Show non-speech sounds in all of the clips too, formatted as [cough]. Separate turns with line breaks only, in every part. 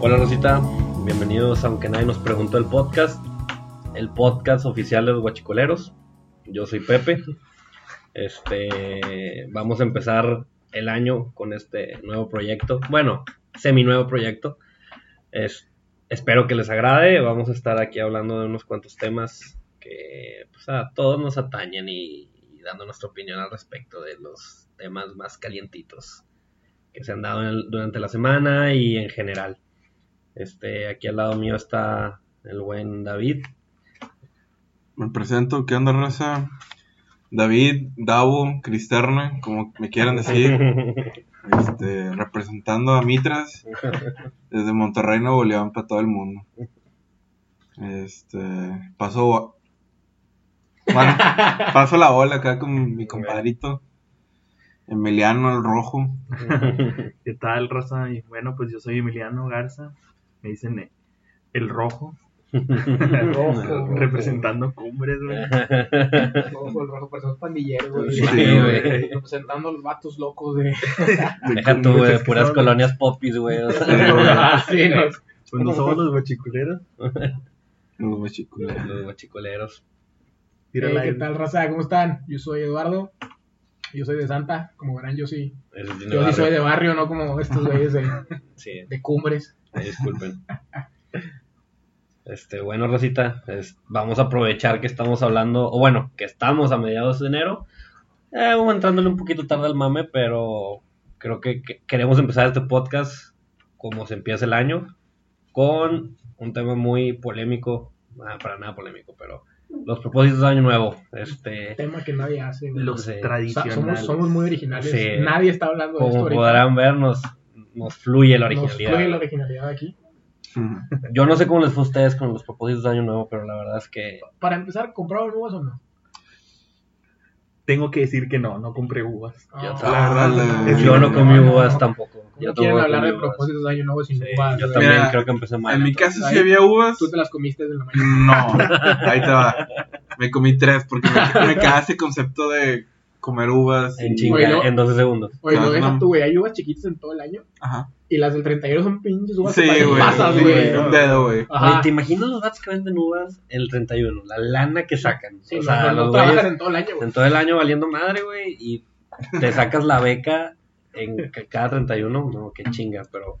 Hola Rosita, bienvenidos aunque nadie nos preguntó el podcast, el podcast oficial de los guachicoleros. Yo soy Pepe. Este, vamos a empezar el año con este nuevo proyecto. Bueno, semi nuevo proyecto. Es, espero que les agrade. Vamos a estar aquí hablando de unos cuantos temas que pues, a todos nos atañen y, y dando nuestra opinión al respecto de los temas más calientitos que se han dado en el- durante la semana y en general. Este, aquí al lado mío está el buen David.
Me presento, ¿qué onda, raza? David, Davo, Cristerna, como me
[laughs]
quieran decir, este, representando a Mitras desde Monterrey, Nuevo León, para todo el mundo. Este, paso, bueno, paso la bola acá con mi compadrito, Emiliano el Rojo.
¿Qué tal, Rosa? Y bueno, pues yo soy Emiliano Garza, me dicen eh, el
[laughs]
rojo, representando cumbres, güey.
Rojo, el rojo, pero es pandillero, güey.
Sí,
güey.
Representando a los vatos
[laughs]
locos de.
Deja tú, güey, puras colonias popis, güey. o sea, [laughs]
sí, no.
Pues no somos los guachiculeros.
Los guachiculeros.
los guachicoleros.
Tírala
Eh, ¿Qué
ahí.
tal, raza? ¿Cómo están? Yo soy Eduardo. Yo soy de Santa. Como verán, yo sí.
Ese tiene
Yo sí
barrio.
soy de barrio, no como estos güeyes de,
Sí,
de cumbres.
Ay, Disculpen. Este, bueno, Rosita, es- vamos a aprovechar que estamos hablando, o bueno, que estamos a mediados de enero, eh, aumentándole un poquito tarde al mame, pero creo que, que- queremos empezar este podcast como se empieza el año, con un tema muy polémico, ah, para nada polémico, pero los propósitos de año nuevo. Este,
Tema que nadie hace. güey.
Los
Sí. O sea,
O sea, Eh, somos,
tradicionales.
somos muy originales.
Sí.
Nadie está hablando de esto
como
ahorita.
podrán ver, nos, nos fluye la
Nos
originalidad.
fluye la originalidad aquí.
Yo no sé cómo les fue a ustedes con los propósitos de año nuevo, pero la verdad es que
Para empezar, ¿compraron uvas o no?
Tengo que decir que no, no compré uvas.
Ya
Ah,
sabes.
La verdad,
Es
Yo no comí
no,
uvas
no.
tampoco.
¿Cómo
Yo
quieren
tampoco
hablar
comí
de
uvas.
propósitos de año nuevo sin
Sí,
uvas?
yo
güey?
también
Mira,
creo que empecé mal.
En mi
entonces.
casa sí había uvas.
Tú te las comiste desde la mañana.
No, ahí te va. Me comí tres porque me, me caga ese concepto de comer uvas.
En
y-
chinga,
Bueno.
en 12 segundos.
Oye, lo
Ajá.
deja tú, güey. Hay uvas chiquitas en todo el año.
Ajá.
Y las del 31 son pinches uvas.
Sí,
que parecen
güey.
pasas,
sí,
güey.
Un dedo, güey.
Ajá.
Oye, ¿te imaginas los vatos que venden uvas el 31? La lana que sacan.
Sí,
o
no,
sea,
no, no
los
trabajan
güeyes
en todo el año, güey.
en todo el año valiendo madre, güey, y te sacas la beca en ca- cada 31. No, qué chinga, pero...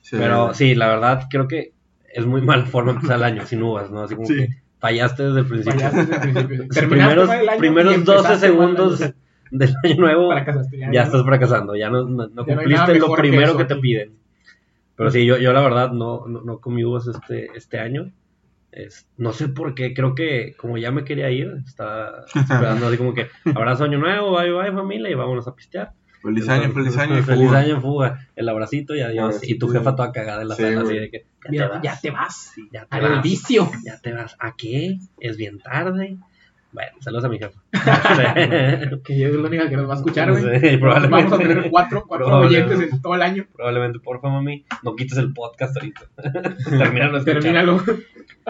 Sí.
Pero sí, la verdad, creo que es muy [laughs] mala forma de empezar el año sin uvas, ¿no? Así como
Sí.
que fallaste desde el
[laughs]
principio.
Fallaste desde el principio.
Los
Terminaste
primeros,
mal el año y
primeros
empezaste
12 segundos
mal el año.
[laughs] del año nuevo
Fracasaste,
ya,
¿no?
estás fracasando, ya no, no- no
no hay
cumpliste
nada
lo
mejor que
primero
eso.
que, te piden. Pero sí, yo, yo la verdad no, no, no comí uvas este, este año. Es- no sé por qué, creo que como ya me quería ir, estaba esperando así
[laughs]
como que abrazo año nuevo, bye bye familia y vámonos a pistear. pues,
Feliz año, feliz año. y
Feliz
fuga.
año en fuga, el abracito y adiós.
Ah,
Abracito,
y tu jefa
sí.
toda cagada en la
Sí,
sala, así
güey.
de que ya te
Ya,
vas,
ya te vas.
ya te
Al
vas,
vicio.
ya te vas. ¿A qué? Es bien tarde. Bueno, saludos a mi
[laughs]
jefa.
Que yo es la única que nos va a escuchar, güey.
Sí, probablemente.
Vamos a tener cuatro, cuatro
[laughs] Probablemente.
oyentes en todo el año.
Probablemente, porfa, mami, no quites el podcast
[laughs]
ahorita. Termínalo. de escuchar.
Termínalo. [laughs]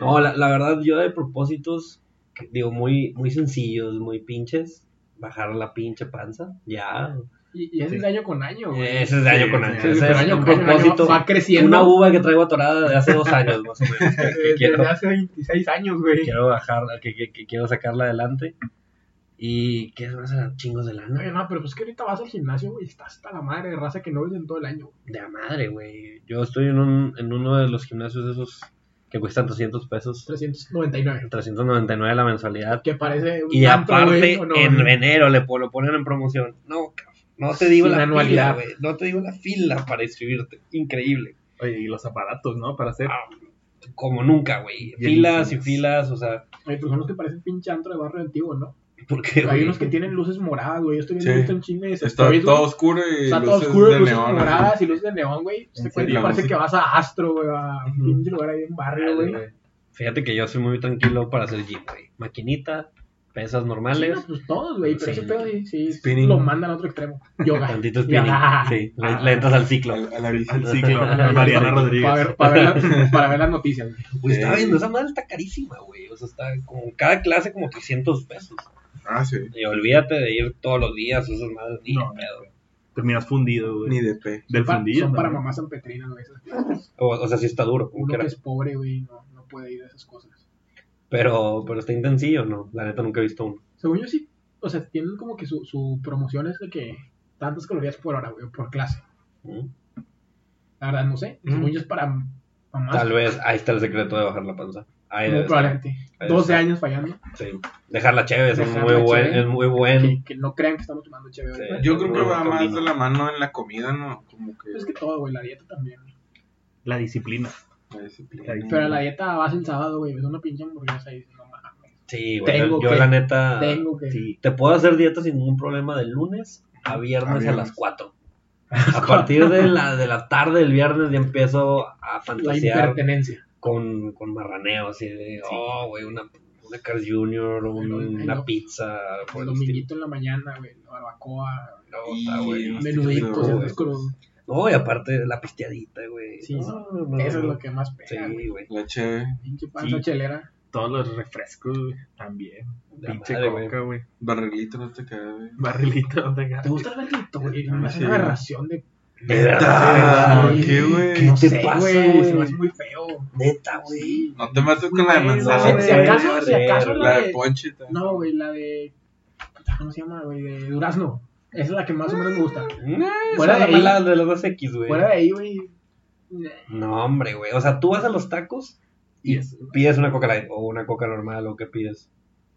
No, la, la verdad, yo de propósitos, que digo, muy, muy sencillos, muy pinches. Bajar la pinche panza, ya.
Y, y ese es
Sí.
año con año, güey.
Ese es de año con año.
Ese
Ese
con
es
año
un
con año,
propósito.
Va creciendo.
Una uva que traigo atorada de hace dos años, más o
[laughs]
menos. que- que
desde
quiero,
hace 26 años, güey.
quiero bajarla, que, que- que quiero sacarla adelante. Y que van a ser chingos de lana.
Oye, no, pero pues que ahorita vas al gimnasio, güey, estás hasta la madre de raza que no ves en todo el año.
De la madre, güey. Yo estoy en, un, en uno de los gimnasios de esos que cuestan 200 pesos.
399.
399 la mensualidad.
Que parece un
Y
antro,
aparte,
güey, ¿o no?
en enero le pon- lo ponen en promoción. No, cabrón, no te digo
Sin
la
anualidad.
fila, güey. No te digo la fila para inscribirte. Increíble.
Oye, y los aparatos, ¿no? Para hacer.
Ah, Como nunca, güey. Filas y
Llenísimas.
filas, o sea,
Hay personas que parecen pinche antro de barrio antiguo, ¿no?
porque
Hay unos que tienen luces moradas, güey. Yo estoy
Sí.
viendo esto en chinga y se
Está
está
todo oscuro y
Está todo
luces
oscuro,
de
luces
neón, así.
moradas y luces de neón, güey. Se
En
puede-
serio,
parece
sí.
que vas a Astro, güey, a un pinche lugar ahí en barrio, güey.
Eh,
Fíjate que yo soy muy tranquilo para hacer gym, güey. Maquinita, pesas
Sí,
normales.
no, pues todos, güey. Pero
Sí.
ese pedo sí, sí,
Spinning.
lo mandan a otro extremo. Yoga.
Tantito spinning.
Ya. [laughs]
Sí, le, le entras al ciclo.
A, a la bici.
Al ciclo, ah, Mariana
Para
Rodríguez.
ver, para,
[laughs]
ver la- para ver las noticias, güey.
Güey,
Sí.
estaba viendo, esa madre está carísima, güey. O sea, está como cada clase como 300 pesos.
Ah, sí.
Y olvídate de ir todos los días, esas madres. ni de pedo.
Terminas fundido, güey.
Ni de pe.
Del
Pa-
fundillo.
son para
también.
mamás sanpetrinas, güey. esas cosas.
O, o sea, sí está duro, como
Uno
quiera.
que es pobre, güey, no, no puede ir a esas cosas.
Pero, pero está intensillo, ¿no? La neta nunca he visto uno.
Según yo sí, o sea, tienen como que su, su promoción es de que tantas calorías por hora, güey, o por clase.
¿Mm?
La verdad, no sé.
Mm.
Según yo es para mamás.
Tal vez ahí está el secreto de bajar la panza. Ahí
Muy
debe estar.
probablemente.
Ahí
12
está.
años fallando.
Sí. Dejarla chévere, es
Dejarla
muy buen,
chévere.
es muy buen.
Que, que no crean que estamos tomando chévere.
Sí.
güey.
Yo creo que
Bueno,
va más
camino.
de la mano en la comida, ¿no? Como que
Es que todo, güey, la dieta también. güey.
La disciplina.
la disciplina.
Ahí.
Pero la dieta vas el sábado, güey, ves una pinche hamburguesa y dices, no mames.
Sí, güey.
Tengo
Yo, yo
que-
la neta.
Tengo que.
Sí.
Te puedo hacer dieta sin ningún problema de lunes a viernes a,
A viernes.
las 4. A partir de la, de la tarde del viernes ya empiezo a
La
fantasear
impertenencia.
con, con marraneo, así de, oh, güey, una, una Carl Junior, un-
Ay, no.
una pizza, por
El
el estilo.
dominguito en la mañana, güey, la barbacoa,
No, está, güey,
Y-
no,
menuditos,
sí, güey.
esas cosas.
No, y aparte la pisteadita, güey.
Sí,
No,
sí.
no,
Eh,
no,
Eso es
no.
lo que más pega, güey.
Sí, güey.
La cheve,
Pinche panza
Sí.
chelera.
Todos los refrescos, güey. También.
La
Pinche
madre, güey.
coca, güey.
barrilito, no te cae, güey.
Barrilito, ¿dónde acá?
¿Te gusta el verguito, güey?
Ah,
Me hace
sí.
una aberración de...
De
Ah,
verdad,
¿por
güey.
qué, güey?
¿Qué
No
te
sé,
pasa,
güey? Se me
güey?
hace muy feo. Ah,
Neta, güey.
No te metas con la de manzana.
güey.
Si acaso, si acaso
La
la
de
de...
ponche. también.
No, güey, la de... puta, ¿Cómo se llama, güey? De durazno. Esa es la que más o menos me gusta. Fuera
Fuera
de
de
ahí.
la de los dos X, güey.
Fuera de ahí, güey...
No, hombre, güey. O sea, tú vas a los tacos y
Y eso.
pides una coca light o una coca normal o qué pides.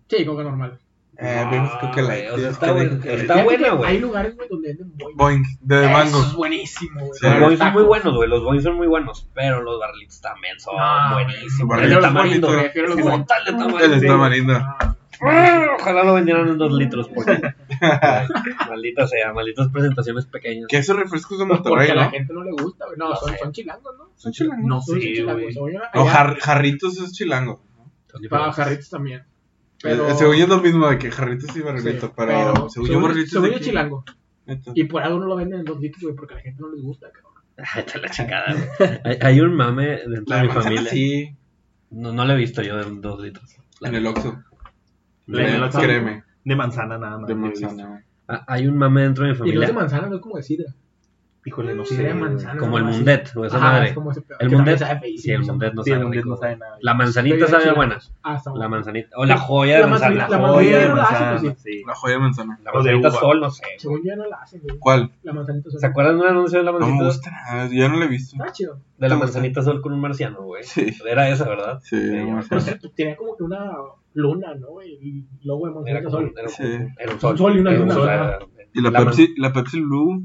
Sí, coca normal.
Eh, vimos que que la
güey, o sea,
tienes
está
que
bueno,
la-
está
Fíjate
buena,
que
güey.
Hay lugares, güey, donde venden boing.
Boing, de
Eso
mango.
es buenísimo, güey.
Sí.
Los boys son
Tacos.
muy buenos, güey. Los boys son muy buenos. Pero los barrilitos también son
No,
buenísimos.
güey,
El de
los
tamarindo.
barrilitos,
Es
prefiero
que
los
son
boys.
tal de
El de
tamarindo.
tamarindo.
Ah,
Ah, Ojalá lo vendieran en dos litros. Porque...
[laughs]
Ay, maldita sea, malditas presentaciones pequeñas.
Que esos refrescos de Monterrey,
Pues Porque a la
¿no? Ah,
gente no le gusta, güey. No,
No
son
sé.
son chilangos, ¿no?
Son chilangos.
No
Son
sé, güey.
chilangos. Oye,
No,
allá-
jar- jarritos es chilango.
Son
Para
diferentes.
jarritos también.
Pero...
Pero...
según yo es lo mismo de que jarritos y barrilito,
Sí,
pero, según yo barrilito es
según
de
yo
aquí.
chilango.
Neta.
Y por algo no lo venden en dos litros, güey, porque a la gente no les gusta, cabrón.
Ay, está la chingada, güey. Hay, hay un mame dentro
La
de
de
mi
manzana
familia.
sí,
No, no lo he visto yo de dos litros. La
en el Oxxo.
La- en el
Créeme,
Oxxo.
Créeme,
De manzana nada más.
de
güey.
manzana, güey.
Ah, Hay un mame dentro de mi
Y no es de
familia.
manzana, no es como de sidra.
Híjole, no sé.
Sidra de
güey.
manzana.
Como el
Ah, no, así.
mundet, o esa
Ajá,
madre.
es como ese
El
pedo, que
mundet.
también sabe feísimo,
Sí, el
esa
mundet no
Sí,
sabe
el Mundet
rico,
no
güey.
sabe nada.
La manzanita
Pero ya
sabe
chila.
buena.
Ah, está
La
bueno.
manzanita. O la joya de
la
manzana.
manzanita-
La
la
joya de
manzana.
manzana.
manzana,
pues, sí.
La joya de manzana.
La
O de
manzanita
uva.
sol, no sé.
Según yo no la hacen, güey.
¿Cuál?
La manzanita sola.
¿Se acuerdan de un anuncio de la
No me
manzanita?
gusta nada, yo no la he visto.
Está chido.
De la manzanita sol con un marciano, güey.
Sí.
Era esa, ¿verdad?
Sí,
ya me
Pero
acuerdo.
sí, pues, tenía como que una luna, ¿no? güey? El logo de
Era
manzanita
como
sol.
era como-
Sí.
era un sol.
Un sol y una
Era un
luna,
sol,
ajá.
era-
Y la,
la
Pepsi, la Pepsi Blue,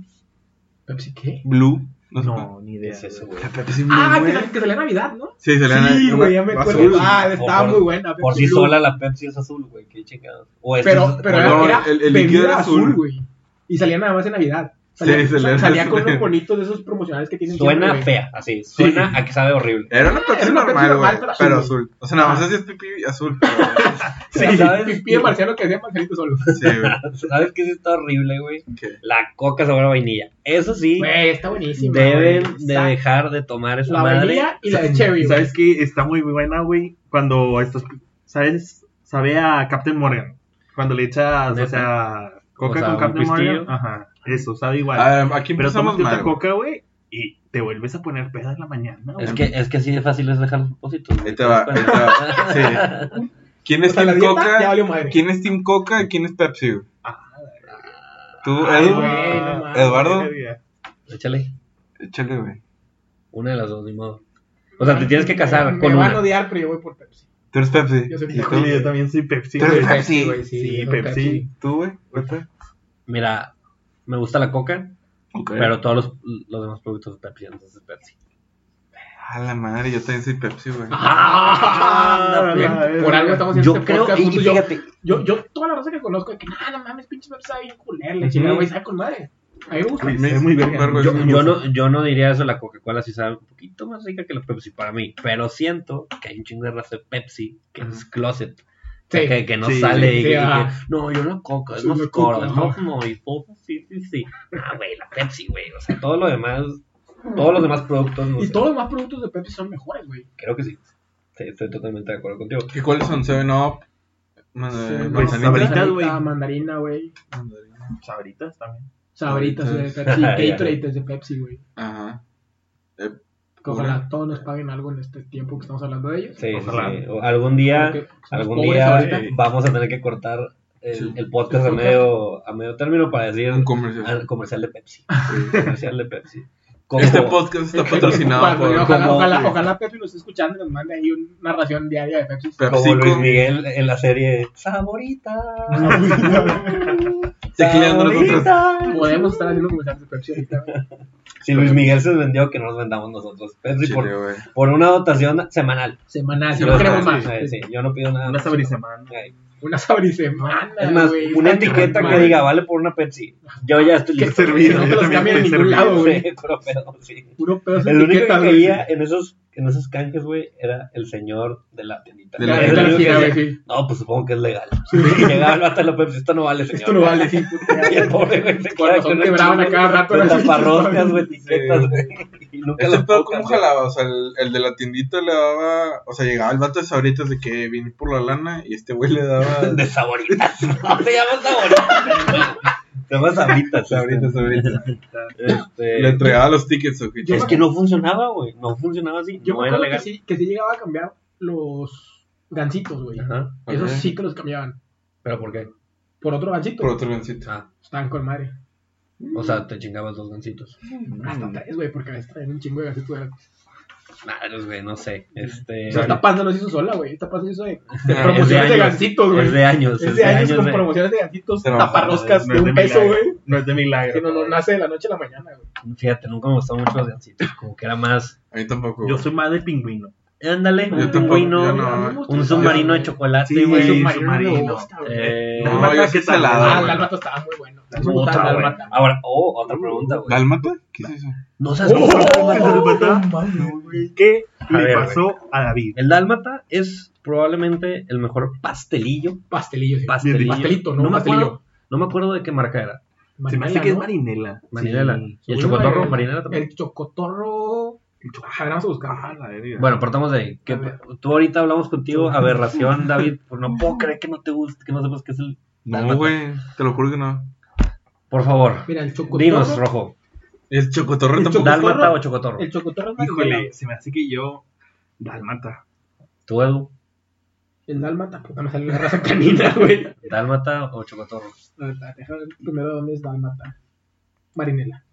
¿Pepsi qué?
Blue, no, sé cuál.
Pues, No, ni idea.
Es eso,
güey.
güey.
La Pepsi Blue,
Ah, que,
güey.
que salía Navidad, ¿no?
Sí, se le dan
Sí,
una-
güey, ya me
azul.
acuerdo. Ah, estaba
por-
muy buena.
Por
Pepsi
sí
Blue.
sola la Pepsi es azul, güey. Qué chingado. O esta
Pero,
es-
pero
no,
era
el- el líquido
bebida
era azul.
azul, güey. Y salía nada más en Navidad. Salía,
Sí, salía en
salía con
azul.
unos bonitos de esos promocionales que tienen
Suena
siempre, güey.
fea, así. Suena a que sabe horrible.
Era una
Ah, Era
Pepsi
una Pepsi
normal,
normal,
güey,
pero azul, Ah.
pero
güey.
azul. O sea, nada más hacías pipí azul, pero... [laughs]
Sí,
¿Sabes?
[laughs] pipí de marciano que hacía marcianito solo.
Sí, güey.
[laughs] ¿Sabes qué sí está horrible, güey?
¿Qué?
La coca sabor a vainilla. Eso sí,
Güey, está buenísimo.
deben de dejar de tomar esa
la
madre.
vainilla y la de cherry, güey.
¿Sabes qué? Está muy buena, güey. Cuando estás. ¿Sabes? Sabe a Captain Morgan. Cuando le echas,
Neta.
o sea,
O
coca
sea,
con
un
Captain
pistillo.
Morgan. Ajá. Eso, sabe igual.
Ah, aquí
Pero
empezamos
tomas
mal,
otra
güey.
coca, güey, y te vuelves a poner peda en la mañana. güey.
Es que, es que así de fácil es dejar los propósitos. güey.
Ahí te va, ahí te va. Sí. ¿Quién es
O sea, la
Team
dieta ya
Coca?
valió madre. Ah,
¿Quién es Team Coca y quién es Pepsi? güey? Tú,
Ay,
Edu,
güey, no mames.
Eduardo,
Échale
échale, güey.
una de las dos, ni modo. O sea, te tienes que casar con
Me van a
una.
odiar, pero yo voy por Pepsi.
Tú eres Pepsi.
Yo soy
¿Y tú?
Pepsi.
Híjole, yo también soy Pepsi,
Pero-
güey.
Pepsi,
güey,
sí,
yo soy
Pepsi.
[laughs]
¿Tú, güey? ¿Pepe?
Mira, me gusta la coca,
Ok.
pero todos los, los demás productos de Pepsi, entonces Pepsi.
A la madre, yo también soy Pepsi, güey.
Ah,
Bien,
la verga.
Por algo estamos en
Yo
este
creo,
podcast.
y,
juntos.
y
yo,
fíjate,
yo, yo, toda la raza que conozco, de que nada, no mames, pinche Pepsi sabe bien culera, la
Ujú.
chingada, güey, sabe con madre. A mí me gusta.
Me-
Es muy
me-
verga.
verga,
yo,
güey.
yo no, yo no diría eso, la Coca-Cola sí sabe un poquito más rica que la Pepsi para mí, pero siento que hay un chingo de raza de Pepsi que es closet, o sea,
Sí.
que, que no
Sí,
sale
sí,
y
sí,
que, y
ajá.
que, no, yo no Coca, es
Yo
más
no
coro,
Coca,
es
ajá.
más no, y todo, sí, sí, sí, ah, güey, la Pepsi, güey, o sea, todo lo demás, todos los demás productos, no
Y
sé,
todos los más productos de Pepsi son mejores, güey.
creo que sí, Sí, estoy totalmente de acuerdo contigo.
¿Qué cuáles son? Seven Up, man-
Sí,
Ah, pues,
manzanita.
Sabritas, güey.
Mandarina, güey.
Sabritas también.
Sabritas de
Sabritas.
[laughs]
Pepsi, Gatorade es de Pepsi, güey.
Ajá. Eh,
Que Ojalá todos nos paguen algo en este tiempo que estamos hablando de ellos.
Sí, sí,
Ojalá.
sí. O Algún día,
Porque pues, somos
algún
pobres
día
ahorita.
eh, vamos a tener que cortar el,
Sí.
el podcast a medio, a medio término para decir
un
al
comercial.
comercial de Pepsi.
[laughs]
Sí.
Comercial de Pepsi. Como-
Este podcast está patrocinado
[laughs] Ojalá-
por
ojalá,
como-
ojalá, ojalá Pepsi nos esté escuchando y nos mande ahí una narración diaria de Pepsi.
Como Luis
PepsiCo.
Miguel en la serie Saborita.
Tecleando las otras.
Podemos estar haciendo comerciales de Pepsi ahorita. güey.
Si Luis Miguel se vendió, que no nos vendamos nosotros. Pepsi
Chile,
por,
güey.
por una dotación semanal.
Semanal, si
Yo-
no Ah, queremos
sí,
más.
sí, sí, yo no pido nada.
Una
más.
sabrisemana.
Ay.
Una sabrisemana.
Es más,
güey.
una
Está
etiqueta
mal.
que diga vale por una Pepsi. Yo ya estoy
Que
listo.
Servido,
servido, no te
yo
los
también
cambian en
estoy
ningún
servido.
lado, güey.
[laughs] Sí, puro pedo, sí.
Puro pedo esa
El único que
etiqueta, güey.
caía en esos, en esos canjes, güey, era el señor de la tiendita.
De
La
Era
la-
el
neta, la
único que
esquina,
decía,
güey, sí.
No, pues supongo que es legal. [laughs] Y llegaba el vato de la Pepsi, esto no vale, señor.
Esto no vale, sí. puta.
[laughs] Y el pobre, güey, se
Con
queda
razón
con
quebraban a cada rato
De
las pinches
taparroscas,
papas.
güey, etiquetas, güey. Y nunca
Ese
las
pedo
tocas,
cómo
güey.
jalaba, o sea, el, el de la tiendita le daba, o sea, llegaba el vato de sabritas de que vine por la lana y este güey le
[laughs]
daba
De saboritas. No se llaman saboritas, güey. Se llaman sabritas.
sabritas, sabritas.
Este,
Le entregaba los tickets, ojito.
Yo
es que no funcionaba, güey. No funcionaba así.
Yo
no
me
era
acuerdo que
legal.
sí, que sí llegaba a cambiar los gancitos, güey.
Ajá.
Esos
Ajá.
sí que los cambiaban.
¿Pero por qué?
Por otro gancito.
Por otro gancito.
Ah,
Estaban con madre.
o sea, te chingabas dos gancitos.
Hasta tres, güey, porque a veces traían un chingo de gancitos. güey.
Madres, güey, no sé. Este.
O sea, esta panza nos hizo sola, güey. Esta panza nos hizo de
Ah, es
promociones de,
años,
gancitos, este güey.
Es de años. eh.
Es de años con
de-
promociones de gancitos,
Se va a
taparroscas
No
de
es
un
de
peso,
milagro.
güey.
No es de milagro.
Que no, no nace de la noche a la mañana, güey.
Fíjate, nunca me gustaron mucho los gancitos. Como que era más.
A mí tampoco.
Yo
güey.
soy más de pingüino.
Ándale,
Yo
un
tampoco, yo
pingüino.
no.
A mí me gusta
Un
el
submarino
sabor,
de chocolate,
Sí,
güey.
sí.
submarino.
submarino.
me gusta, güey.
Eh,
No,
Dálmata,
yo soy
¿qué tal?
salado,
Ah,
güey.
el Dálmata estaba muy bueno.
Me
Me
gusta,
gustaba el
güey.
Dálmata.
Ahora, oh, otra pregunta, güey.
¿Dálmata? ¿Qué es eso?
No sabes cómo
Oh,
se llama el dálmata.
no mames, ¿Qué
A
le
ver,
pasó a David?
El dálmata es probablemente el mejor pastelillo.
Pastelillo, sí.
Pastelillo.
Pastelito, no,
me
pastelillo.
acuerdo, no me acuerdo de qué marca era.
Se me hace
Marinela,
que es
¿no?
marinela.
Marinela.
Sí.
¿Y el
Sí,
chocotorro?
güey.
¿Marinela también?
El chocotorro. Ah, vamos a
Ah,
buscar.
la verga.
Bueno, partamos de ahí. Que
A ver.
tú ahorita hablamos contigo, aberración, David. Pues no puedo creer que no te guste, que no sepas qué es el. Dálmata.
No, güey, te lo juro que no.
Por favor,
Mira, el chocotorro.
dinos, rojo.
El chocotorro
El
tampoco.
chocotorro.
¿Dálmata o chocotorro?
El chocotorro es marinela.
Híjole, se me hace que yo. Dalmata.
¿Tú, Edu?
El dálmata, puta, me salió la raza canina, [laughs] güey.
¿Dálmata o chocotorro?
A ver, Déjame ver primero dónde es dálmata. Marinela.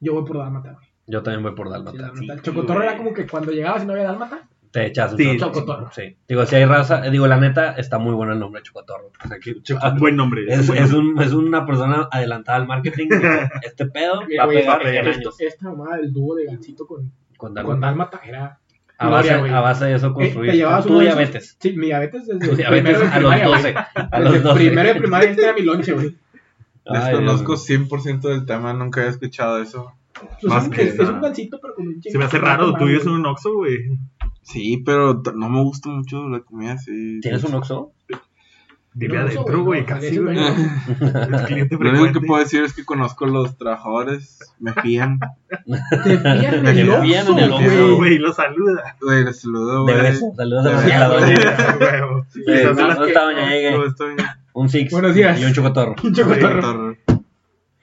Yo voy por dálmata, güey.
Yo también voy por
Sí,
dálmata.
dálmata.
sí,
el chocotorro
güey.
era como que cuando llegabas y no había dálmata.
Te echas un
Sí,
chocotorro.
chocotorro.
Sí. Digo, si hay raza, eh, digo, la neta, está muy bueno el nombre
[laughs]
chocotorro. O sea, que-
Choco- Ah, Buen nombre.
Es,
buen
es,
nombre.
un, es una persona adelantada al marketing.
[laughs]
dijo, Este pedo va a
Güey,
pegar
esta-
en años.
Esta mamada del dúo de gancito con,
Con
con
dálmata.
dálmata era.
A base,
Gloria, güey.
a base de eso
Eh,
construir
llevabas
tu
uno de
diabetes.
esos- Sí, mi diabetes desde
Tu diabetes
[laughs] primero de
a los
primaria, güey.
12. A los
[laughs] Desde
12.
primero de primaria este era mi lonche, güey.
Ay,
Desconozco
Dios
100% del tema, nunca había escuchado eso.
Pues Es
Más
un-
que
es, es un
nada.
gancito, pero con un chingo.
Se me hace
de
raro.
tomate,
Tú vives en
güey.
un oxo, güey.
Sí, pero t- no me gusta mucho la comida así.
mío. ¿Tienes un Oxxo?
Vive
No, no,
adentro,
güey,
güey.
no,
Casi,
parece
güey.
un
Es cliente
Lo único
frecuente.
que puedo decir es que conozco a los trabajadores, me fían. [laughs]
Te fían en
Te
el
fían en el
Oxxo,
Oxxo,
[laughs] güey.
Güey, lo saluda.
Güey, les saludo,
De
güey.
beso. Saludos a los
Sí,
[laughs]
[laughs]
empleadores.
Huevo.
Sí,
Esas
¿Dónde
son las que-
está Doña Yegue?
¿Cómo estoy?
Un Six.
Buenos días.
Y un chocotorro.
Un chocotorro.
Cotorro.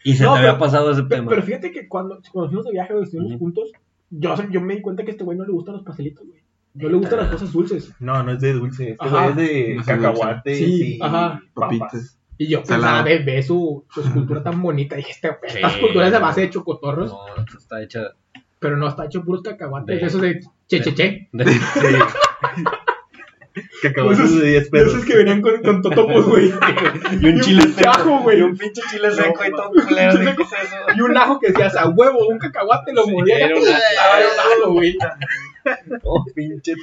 Y se
No,
te había
pero-
pasado ese
Pero,
tema.
pero fíjate que cuando, cuando fuimos de viaje, güey, estuvimos
Ujú.
juntos, yo, yo me di cuenta que a este güey no le gustan los pastelitos, güey. No le gustan las cosas dulces.
No, no es de dulce. Este güey
Ajá.
es de
No sé,
cacahuate.
Sí, ajá.
Papitas.
Y yo
Salado.
pensaba, ve, ve su, su escultura tan bonita. Dije, este,
Sí.
estas culturas de base de chocotorros,
No, esto está hecha
pero no está hecho puros cacahuates.
De-
Esos de che, che, che.
de...
[laughs]
Cacahuates de 10 pesos.
Esos que venían con, con totopos, güey.
Y un chile seco.
ajo, güey.
Y un pinche chile seco y
ma.
todo culero.
Chile
¿de ¿Qué es eso?
Y un ajo que decías, a huevo, un cacahuate, lo molía.
era
Era
un
un [laughs]
ajo.
ajo, güey.
Oh, pinche.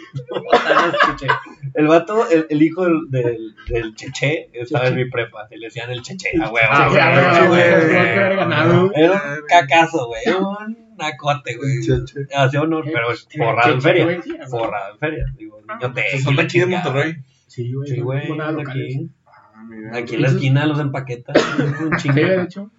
botana, escuché. El vato, el, el hijo del, del, del cheche, estaba en mi prepa. Y le decían el cheche, a huevo.
Ah,
a
Sí,
huevo,
a
a
huevo,
huevo,
güey,
a
tenía que haber
huevo.
ganado.
Eh,
Era un cacazo, güey. era Un nacote, güey.
Cheche.
Hacía honor, pero forrado en feria. Forrado en feria. Digo,
Ah.
yo te
eh, Son de Pues aquí de
chingada.
Monterrey.
Sí, güey.
Sí,
no
güey.
tengo nada locales.
Aquí,
Ah, mira.
aquí en la esquina los
[laughs]
empaquetan. Un
Sí, de
chingo.
hecho.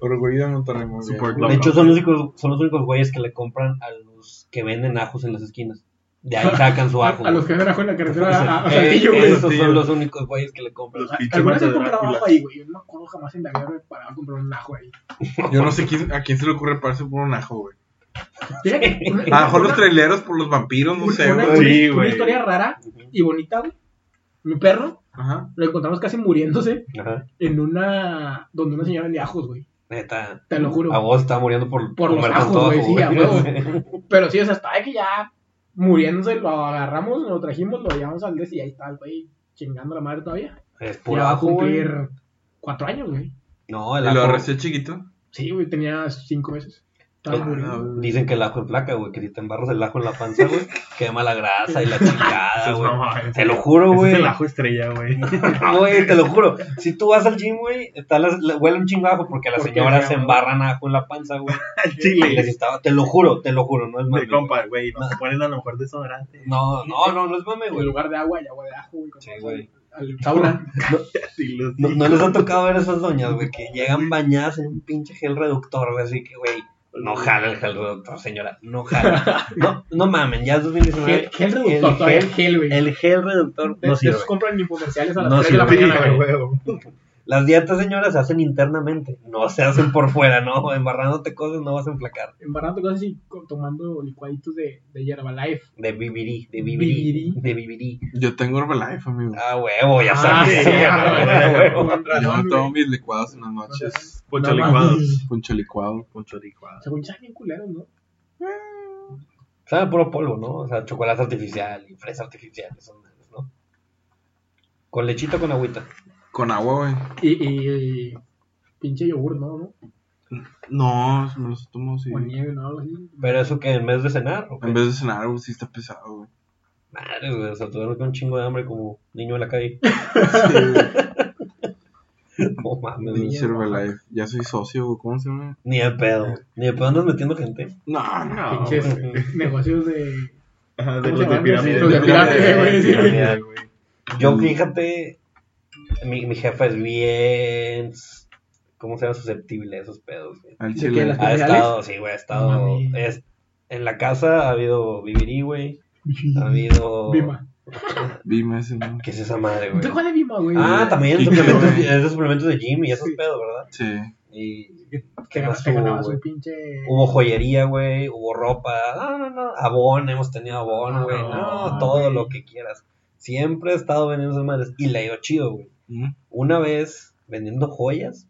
Orgullo de Monterrey, muy bien.
Support
De hecho, son los, únicos, son los únicos güeyes que le compran a los que venden ajos en las esquinas. De
[laughs]
ahí sacan su
A,
ajo.
a los que andan en la carretera a, a, a
[laughs] Eh,
Saltillo, güey.
Esos son los únicos güeyes que le compran.
Los pinches
Alguna vez
matas
se
de
compraba
Drácula.
abajo ahí, güey. Yo no me acuerdo jamás en la vida me paraba a comprar un ajo ahí.
Yo no sé quién- a quién se le ocurre pararse por un ajo, güey.
Mira que una-
A lo mejor los
una-
traileros por los vampiros, no
una-
sé,
una-
güey.
una-
Sí,
una
güey.
historia rara y bonita, güey. Mi perro
Ajá.
lo encontramos casi muriéndose
Ajá.
en una. donde una señora de ajos, güey.
Neta.
Te lo juro.
A vos estaba muriendo por,
Por los
comer tanto
ajos, güey,
ajo,
sí, a
güey.
huevo. Pero sí, o sea, estaba de que ya muriéndose, lo agarramos, lo trajimos, lo llevamos al des y ahí está, el güey, chingando la madre todavía.
[laughs] Es puro
Ya va a
ajo, güey.
cumplir cuatro años, güey.
No, el
Y lo
ajo.
arrasé chiquito.
Sí, güey, tenía cinco meses. Estaba
Ah,
muriendo.
Dicen que el ajo emplaca, güey. Que si te embarras el ajo en la panza, güey, quema la grasa y la
Ah, [laughs]
chingada, güey. Te lo juro, güey.
Es el ajo estrella, [laughs] güey.
[laughs] No, güey, te lo juro. Si tú vas al gym, güey, está las- le- huele un chingajo porque las
Porque
señoras
sea,
se
güey.
embarran ajo en la panza, güey.
Al
Y les
chile.
estaba- te lo juro, te lo juro, no es mame.
De compa, güey. No te ponen a lo mejor desodorante.
No, no, no, no es mame,
En
güey.
lugar de agua, y agua de ajo, güey. con
Sí,
razón.
güey.
Al sauna.
[laughs] Sí, los-
No, no les ha tocado ver esas doñas, güey, que llegan bañadas en un pinche gel reductor, güey, así que, güey,
Mm.
no jala el gel reductor, señora, no
[laughs]
jala. No, [laughs] no mamen, ya es 2019.
Gel, gel reductor, todavía el
gel-
gel, güey.
el gel reductor
De-
no
de
sirve.
esos compran en comerciales a las
No
tres de la
sirve.
mañana,
Sí,
güey.
Las dietas, señoras, se hacen internamente, no se hacen por fuera, ¿no? Embarrándote cosas no vas a emplacar.
Embarrando cosas y co- tomando licuaditos de, de Herbalife.
De vivirí, de vivirí,
Vivirí.
de vivirí.
Yo tengo Herbalife, amigo.
Ah, huevo, ya
Ah,
sabes.
sí,
Ah,
güey,
huevo.
con
Yo
razón,
me tomo
güey.
mis licuados en las noches.
Poncho
No
licuados.
Puncho licuado.
Poncho licuado.
Según ya bien culeros, ¿no?
Sabe a puro polvo, ¿no? O sea, chocolate artificial y fresa artificial, esas madres, ¿no? Con lechita o con agüita.
Con agua, güey.
Y, y, y pinche yogur, ¿no? ¿no?
No, me los tomo así.
O nieve, ¿no? Algo así.
Pero eso que en vez de cenar, ¿o qué?
En vez de cenar, güey, sí está pesado, güey.
Madre, güey, o sea, tuvieron que un chingo de hambre como niño en la
[laughs]
calle. No mames, güey.
Pinche Herbalife. Ya soy socio, güey. ¿Cómo se llama?
Ni de pedo. Ni de pedo andas metiendo gente.
No,
Ah,
no.
No,
Pinches
güey.
negocios de.
Ajá, de
¿Cómo
los
se
de
llaman?
pirámide.
Los de pirámide,
güey, sí.
Pirámide, güey.
Yo,
Mm.
fíjate, mi, mi jefa es bien. ¿Cómo se llama? Susceptible a esos pedos, güey.
Al
¿De
chile.
qué [laughs] las-
Ha
¿Reales?
estado, sí, güey, ha estado.
Mami.
es- en la casa ha habido vivirí, güey. Ha habido.
Bima.
Dime ese, ¿no?
¿Qué es esa madre, güey?
¿Te juegas de Bima, güey?
Ah, también
Sí,
[laughs]
suplementos,
güey.
es de suplementos de gym y esos
Sí.
pedos, ¿verdad?
Sí.
Y
Te
¿Qué
ganas-
más
te
hubo,
ganabas
güey?
un pinche.
Hubo joyería, güey, hubo ropa, no, no, no, abón, hemos tenido abón,
Ah,
güey, no,
no,
todo
güey.
lo que quieras. Siempre he estado vendiendo esas madres y le dio chido, güey.
Mm,
Una vez vendiendo joyas,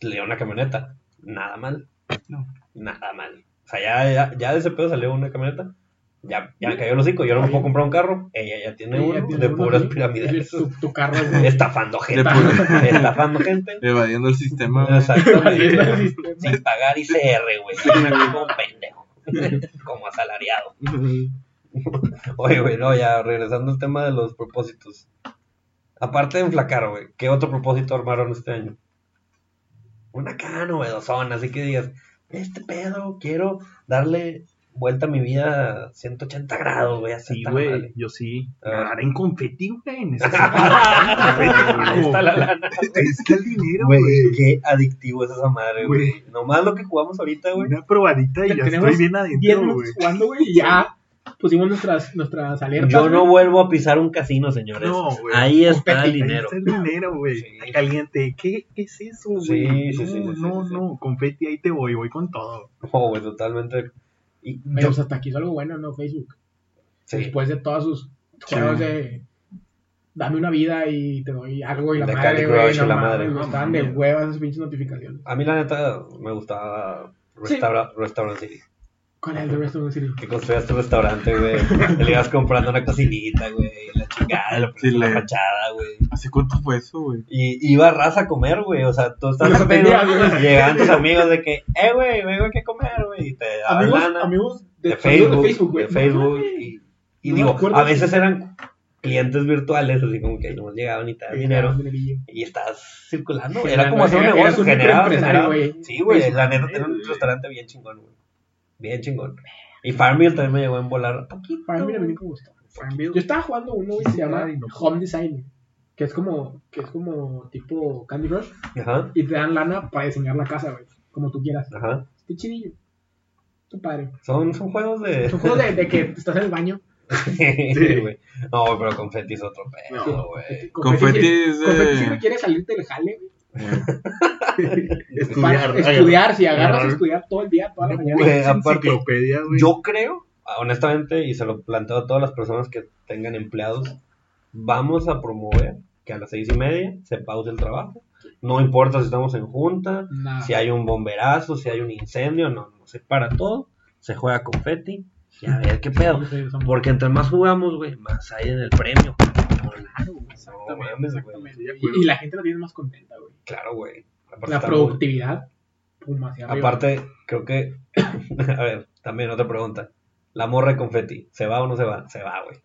le dio una camioneta, nada mal,
No.
nada mal. O sea, ya, ya, ya de ese pedo salió una camioneta, ya, ya me cayó el hocico, yo no me
Oye.
puedo comprar un carro, ella ya tiene
Sí,
uno
ya tiene
de
uno,
puras
sí.
piramidales,
Tu, tu carro,
[laughs]
güey.
estafando gente,
pura-
[laughs] estafando gente.
Evadiendo el sistema,
[laughs]
güey.
Exactamente.
Ahí está el sistema.
sin pagar ICR, güey. Yo me fui como pendejo, [laughs] como asalariado. Oye, güey, no, ya regresando al tema de los propósitos. Aparte de enflacar, güey, ¿qué otro propósito armaron este año? Una acá novedosona, así que digas, este pedo, quiero darle vuelta a mi vida a 180 grados, güey, así
Sí, güey. Yo sí.
A ver.
Ganar en confeti, güey. [laughs] Necesito.
Ahí está la lana.
Está el dinero,
Güey,
güey.
qué adictivo es esa madre, güey.
Güey.
Nomás lo que jugamos ahorita, güey.
Una probadita y ya
Tenemos
estoy bien
10
adentro,
minutos
güey.
jugando, güey, y ya pusimos nuestras, nuestras alertas.
Yo no
güey.
vuelvo a pisar un casino, señores.
No, güey.
Ahí está
Confeti,
el
ahí
Ahí
dinero.
está el dinero, güey.
Sí.
Está Caliente. ¿Qué es eso,
Sí,
güey?
sí, sí, sí,
no,
sí,
no,
sí.
no. Confeti, ahí te voy. Voy con todo.
No, güey, totalmente. Y
Pero
yo-
pues, hasta aquí hizo algo bueno, ¿no? Facebook.
sí, pues,
Después de todos sus
Sí.
juegos de dame una vida y te doy algo y la
De Candy
madre,
Crush
güey.
y
No
la
la
madre,
madre,
no
Estaban de
mames.
huevas esas pinches notificaciones.
a mí la neta me gustaba restaura, Restaurant City.
¿Cuál es el de Restaurant City?
Que construías tu restaurante, güey. Te le ibas comprando una cocinita, güey. La chingada, la,
Sí,
la
le-
fachada, güey.
¿Hace cuánto fue eso, güey?
Y iba raza a comer, güey. O sea, tú estás
Los
en pedo,
tenía, güey.
Llegaban tus amigos de que, eh, güey, vengo aquí a comer, güey. Y te daban
Amigos,
lana.
amigos
de,
de,
Facebook,
de Facebook, güey.
de Facebook,
No, güey.
y, y
No me
digo,
acuerdo
a
si-
veces eran clientes virtuales, así como que no llegaban y te daban dinero
Dinerillo.
y estás circulando,
Generando,
era como hacer un
era- eras
negocio,
un
generaba,
microempresario,
generaba.
güey.
Sí, güey,
Sí,
la neta
sí,
tenía un
güey.
restaurante bien chingón, güey. Bien chingón. Y Farmville también me llegó a embolar poquito.
Para mí, a mí nunca me gustó. Yo estaba jugando uno, güey, que se llama
Ay, no.
Home Design. Que es como, que es como tipo Candy Crush.
Ajá,
Y te dan lana para diseñar la casa, güey. Como tú quieras.
ajá.
Está chidillo. Está padre.
Son, son juegos de.
Son juegos de, de que estás en el baño.
[laughs] sí, güey. No, güey, pero confetti es otro pedo,
No,
güey.
Confeti.
Confeti es de-
Confeti si no quieres salirte del jale, güey.
estudiar.
Para estudiar, si agarras
agarrar-
estudiar todo el día, toda la mañana.
Güey,
Sí,
aparte,
sí,
enciclopedia, güey.
Yo creo, honestamente, y se lo planteo a todas las personas que tengan empleados, vamos a promover que a las seis y media se pause el trabajo. No importa si estamos en junta,
nada.
si hay un bomberazo, si hay un incendio, no, no se para todo, se juega confeti y a ver qué pedo. Porque entre más jugamos, güey, más hay en el premio.
Claro, güey, exactamente,
No mames, güey.
exactamente.
Sí, de acuerdo.
Y, y la gente la tiene más contenta, güey.
Claro, güey. Aparte
La
está
productividad, pum, hacia
muy-
arriba.
Aparte, creo que. [coughs] a ver, también otra pregunta. La morra de confeti, ¿se va o no se va? Se va, güey.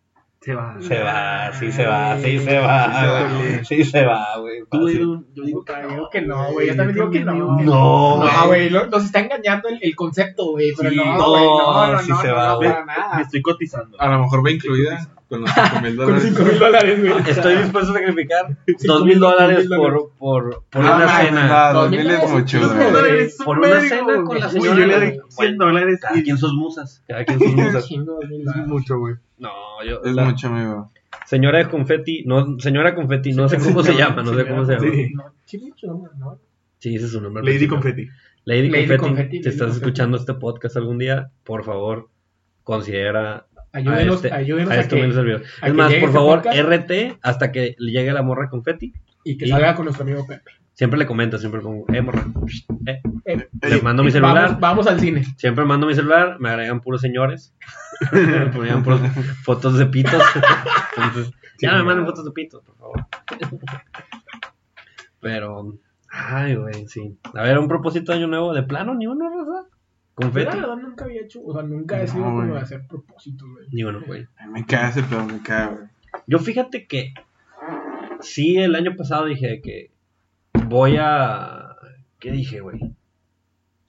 Se va.
Se va, sí se va, sí se va, güey. Sí se va, güey.
Tú,
fácil.
Edu, yo digo
Puta,
que
yo
no.
digo que no, güey. Yo también digo que no.
No,
No,
güey.
Ah, güey. lo- Nos está engañando el, el concepto, güey. Pero
Sí,
no,
no,
Ah, güey. No, no,
sí
no,
se
no,
va,
no,
güey.
para
Me
nada.
estoy cotizando.
A lo mejor va incluida con los 5 mil
Con
dólares.
5 mil dólares, güey.
Ah, Estoy dispuesto a sacrificar
Sí,
dos mil dólares
$2,000
por, por, por
Ah,
una
mames,
cena.
Ah, 2000 es mucho,
Dos mil
güey.
dólares.
Por una cena con la
Uy,
señora,
yo le
güey.
doy 100 dólares.
Cada quien sus musas. Cada quien sus [laughs] musas.
Chingo, dos mil
Es
dólares.
mucho, güey.
No, yo.
Es
la-
mucho, amigo.
Señora de confeti, no, señora confeti, no sé cómo se llama, no sé cómo se llama.
Sí.
No, sí, mucho, no, no.
Sí, ese es su nombre. al
Lady
principio.
Confetti.
Lady,
Lady
Confetti, si
Confetti, Lady
estás
Confetti.
escuchando este podcast algún día, por favor, considera
Ayúdenos,
a este,
ayúdenos
a
a
este humilde
que,
servidor.
a
Es
que
más,
llegue
por
este
favor,
podcast.
RT hasta que le llegue la morra confeti.
y que
y-
salga con nuestro amigo Pepe.
Siempre le comento, siempre como, eh, morra, eh.
Eh,
le mando mi celular,
vamos, vamos al cine.
siempre mando mi celular, me agregan puros señores, [laughs] me ponían puros fotos de pitos. [laughs] Entonces, ya
Sí,
me mandan
no.
fotos de pitos, por favor. Pero, ay, güey, sí. A ver, un propósito de año nuevo, de plano, ni uno, Raza.
Yo la
Confeti.
verdad nunca había hecho, o sea, nunca he
No,
sido como
güey.
de hacer propósitos, güey.
Ni uno, güey.
Me cae ese pedo, me cae, güey.
Yo fíjate que sí, el año pasado dije que voy a. ¿Qué dije, güey?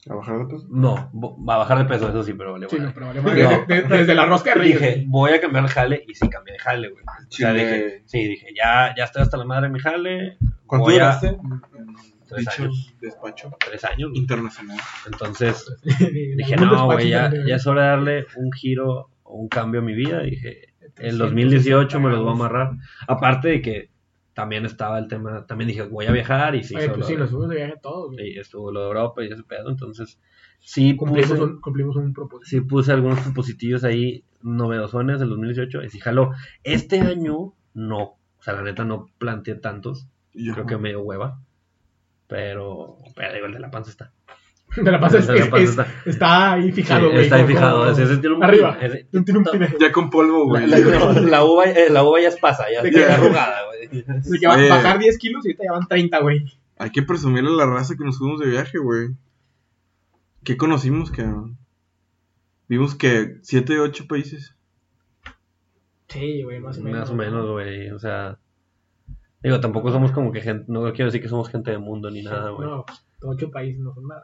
¿A bajar de peso?
No, vo- va a bajar de peso, eso sí, pero vale,
Sí, no,
madre.
pero vale, madre.
No.
De- de- Desde la rosca de Reyes.
Dije, voy a cambiar de jale y sí cambié de jale, güey. O sea,
chile.
dije, sí, dije, ya, ya estoy hasta la madre de mi jale.
¿Cuánto
voy a-
duraste?
Tres
Dicho
años.
despacho
Tres años, güey.
internacional.
Entonces,
En
dije,
algún
no, güey,
despacho
ya,
también.
ya es hora de darle un giro o un cambio a mi vida. Dije, el
360
2018 me los voy a
grados.
amarrar. Aparte de que también estaba el tema, también dije, voy a viajar y sí,
Oye,
solo-
pues sí, nos fuimos de viaje todos, güey.
y estuvo lo de Europa y ese pedo, entonces sí
Cumplimos
puse,
un, cumplimos un propósito.
sí puse algunos propositivos ahí novedosones del 2018 y sí jaló. Este año no, o sea, la neta no planteé tantos,
Y yo,
creo que medio hueva, pero, pero digo, el de la panza está.
[laughs] Te la pasas,
Te la
es-
pasas,
es-
está.
está ahí fijado,
Sí,
güey.
está ahí
como-
fijado,
como-
ese, ese tiene un
Arriba.
ese-
Tiene un pine.
Ya con polvo,
la,
güey.
la- la uva, eh, la uva ya es pasa, ya
De
está
que-
arrugada, güey.
De que va
Oye.
a bajar 10 kilos y ahorita ya van 30, güey.
Hay que presumirle a la raza que nos fuimos de viaje, güey. ¿Qué conocimos, cabrón? Vimos que 7, 8 países.
Sí, güey, más o menos.
Más o menos, güey, o sea, digo, tampoco somos como que gente, no quiero decir que somos gente de mundo ni nada, güey.
No, 8 países no son nada.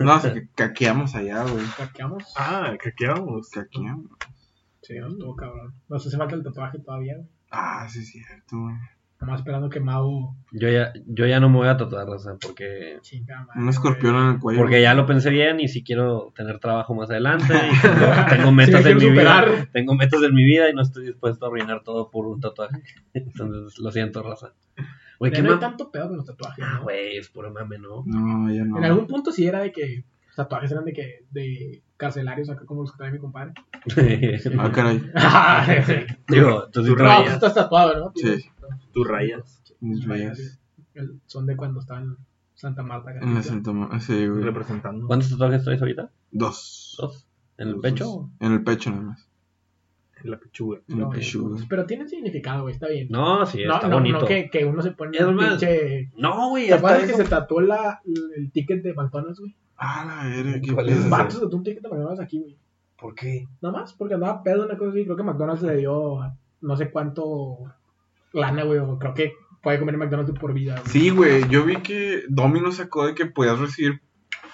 No, así
[laughs]
que caqueamos allá, güey.
Saqueamos.
Ah, caqueamos.
Caqueamos.
Sí, no, estuvo cabrón. Nos hace falta el tatuaje todavía, güey.
Ah, sí, es cierto, güey.
Nomás esperando que Mau
Yo ya, yo ya no me voy a tatuar, o sea, porque,
chinga madre,
Un escorpión en el cuello.
porque ya lo pensé bien y si quiero tener trabajo más adelante, y tengo- tengo metas
Sí,
en mi
quiero
vida,
superar.
tengo metas en mi vida y no estoy dispuesto a arruinar todo por un tatuaje. [laughs] Entonces, lo siento, raza. Güey,
güey.
qué
Ya No hay
mame.
tanto pedo con los tatuajes,
Ah,
¿no?
güey, es puro mame, ¿no? [laughs]
No, ya no.
En algún punto sí era de que los tatuajes eran de que de carcelarios acá como los que trae mi compadre.
Ah, caray.
[laughs]
Digo, tú sí
Tu
No, pues
traías.
estás tatuado, ¿no?
Sí.
Tus rayas.
Mis rayas.
El- Son de cuando estaba en Santa Marta.
En la
Acapulco.
Santa Ma- Sí, güey.
Representando.
¿Cuántos tatuajes traes ahorita?
Dos.
¿Dos? ¿En el
Dos,
pecho?
dos. En el pecho, nada más.
La pechuga.
En el
No,
pecho, güey.
Pero tienen significado, güey, está bien.
No, sí,
no,
está
no,
bonito.
no que, que uno se pone
Es
un
más,
pinche...
No, güey,
¿Te
hasta
acuerdas que
eso.
se tatuó la, el ticket de McDonald's, güey?
Ah, la verga. qué
¿Cuál es
pedo.
ese?
Un vato se tatuó un ticket de McDonald's aquí, güey.
¿Por qué?
Nada más, porque andaba pedo, una cosa así. Creo que McDonald's le dio no sé cuánto lana, güey. o Creo que puede comer en McDonald's por vida, güey.
Sí, güey. Yo vi que Domino sacó de que podías recibir.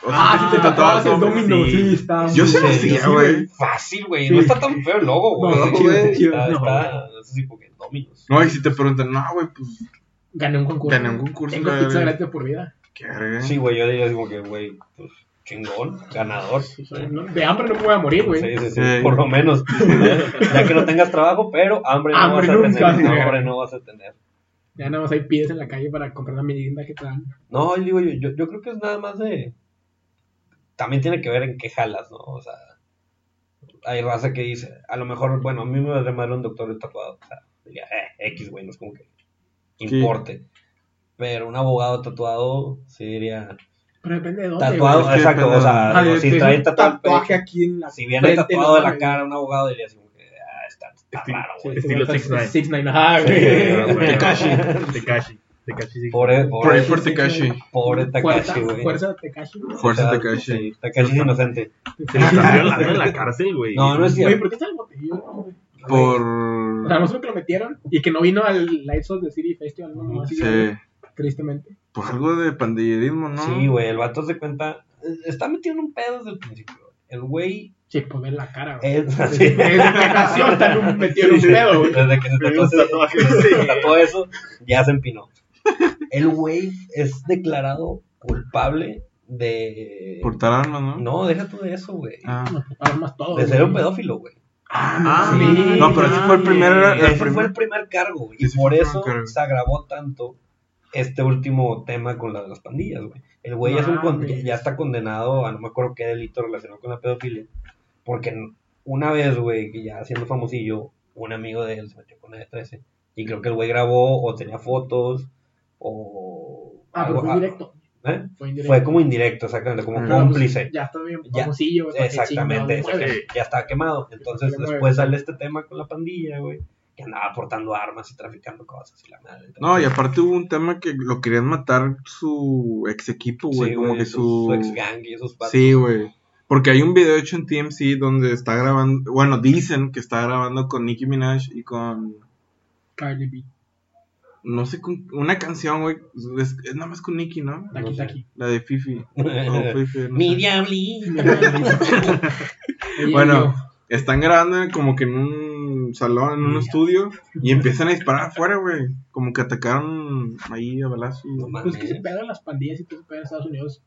O sea,
Ah,
si te tatuabas
el
Domino.
domino,
sí.
sí, está.
Yo
muy
sé
bien.
sí, güey.
Fácil, güey.
Sí.
No está tan feo el logo, güey.
No,
güey,
está,
no.
está, no sé si porque Dominos.
No, y si te preguntan, no, güey, pues
Gané un concurso.
Gané un concurso,
Tengo
güey.
pizza gratis por vida.
qué verga.
Sí, güey, yo diría así como que, güey, pues chingón, ganador. Sí,
No, de hambre no me voy a morir, güey.
sí, sí,
Sí.
por lo menos. ya que no tengas trabajo, pero hambre no
Hambre
vas a
nunca,
tener.
sí.
Hambre no vas a tener.
Ya nada más hay pies en la calle para comprar la merienda que te dan.
No, yo digo, yo, yo, yo creo que es nada más de. También tiene que ver en qué jalas, ¿no? O sea, hay raza que dice, a lo mejor, bueno, a mí me valdría madre un doctor de tatuado. O sea, diría, eh, X, güey, no es como que importe. Pero un abogado tatuado, sí diría.
Pero depende de dónde.
Tatuado,
güey.
es que
exacto,
depende
o sea,
Ah,
no,
yo
si
te
trae
hice un
tatuado.
tatuaje aquí en la
Si viene
frente,
tatuado de
no,
la
güey.
cara un abogado, diría así como que, ah, está, está
Sí,
raro,
Sí,
güey.
Estilo
sí,
6ix9ine.
6ix9ine, ajá,
Sí,
güey.
güey.
Tekashi. Tekashi. Tekashi sí.
Pobre,
Por ahí
pobre,
por Tekashi.
pobre
Fuerza-
Takashi, güey.
Fuerza de Tekashi, güey.
Fuerza
O sea,
Tekashi.
sí, Takashi es inocente.
Se le está
[laughs]
violando en la cárcel, güey.
No, no es
Oye,
cierto.
¿por qué está el botellón, güey? O sea,
Por.
no sé que lo metieron y que no vino al Lights of the City Festival, no, nomás iba,
Sí.
tristemente.
Por algo de pandillerismo, ¿no?
Sí, güey, el vato se cuenta. Está metiendo un pedo desde el principio. El güey
Sí, pues ver la cara, güey.
es así.
Desde que nació
[laughs]
está en un- metido en un pedo, güey.
Desde que se tatuó,
Sí,
ese-
tatuaje.
desde que se tatuó eso, ya se empinó. El güey es declarado culpable de.
Portar armas, ¿no?
No, deja tú de eso, güey.
Ah.
Armas todo.
De ser
güey.
un pedófilo, güey.
Ah,
Sí.
No, pero ese fue el primero.
Ese
El
fue
primer...
el primer cargo. güey, Y
Ese fue
por
el
eso
primer cargo.
se agravó tanto este último tema con la de las pandillas, güey. El güey ya, es un con-
Mames.
ya está condenado a no me acuerdo qué delito relacionado con la pedofilia. Porque n- una vez, güey, que ya siendo famosillo, un amigo de él se metió con una de 13. Y creo que el güey grabó o tenía fotos o...
Ah,
algo-
pero fue
ah,
indirecto.
¿eh?
Fue indirecto.
Fue como indirecto, exactamente, como
Ah,
Pero, pues,
cómplice.
Ya está bien
Ya,
famosillo, güey, para que
Exactamente,
chingados mueves.
ese que ya estaba quemado. Entonces
Problema de-
después sale este tema con la pandilla, güey, que andaba aportando armas y traficando cosas y la madre. Entonces,
No, y aparte hubo un tema que lo querían matar su ex equipo, güey.
sí,
como
güey,
que su.
ex gang y esos patos.
sí, güey. Porque hay un video hecho en TMC donde está grabando. Bueno, dicen que está grabando con Nicki Minaj y con.
Cardi B,
No sé, con una canción, güey. Es, es nada más con Nicki, ¿no?
Taki
No sé.
Taki.
La
[laughs]
de Fifi. O Fifi, no
Mi
sé.
diablito.
Y
Bueno, están grabando en- como que en un salón, en un
Mira.
estudio, y empiezan a disparar afuera, güey. Como que atacaron ahí a balazo.
[laughs] No
yo,
mames.
Pues es que se pegan las pandillas y todo se pedo en Estados Unidos.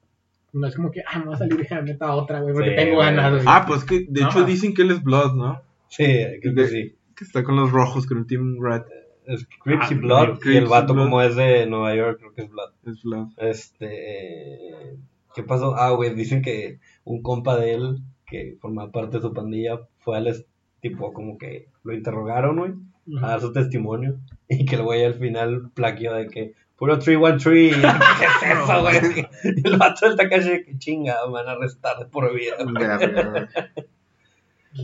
No es como que, ah, me voy a salir de neta otra, güey, porque
Sí,
tengo
güey.
ganas, güey.
Ah, pues que de
No,
hecho
ma.
dicen que él es Blood, ¿no?
Sí, creo que sí.
Que está con los rojos, con el Team Red.
Es Crips y
Ah,
Blood y el
Crips y
vato
Blood.
como es de Nueva York, creo que es Blood.
Es Blood.
Este, ¿qué pasó? Ah, güey, dicen que un compa de él que formaba parte de su pandilla fue al est- tipo como que lo interrogaron, güey. a dar su testimonio y que el güey al final plaqueó de que puro 313 [laughs] ¿qué es eso güey? Y el vato del Takashi de que chinga me van a arrestar por vida
Verga, güey.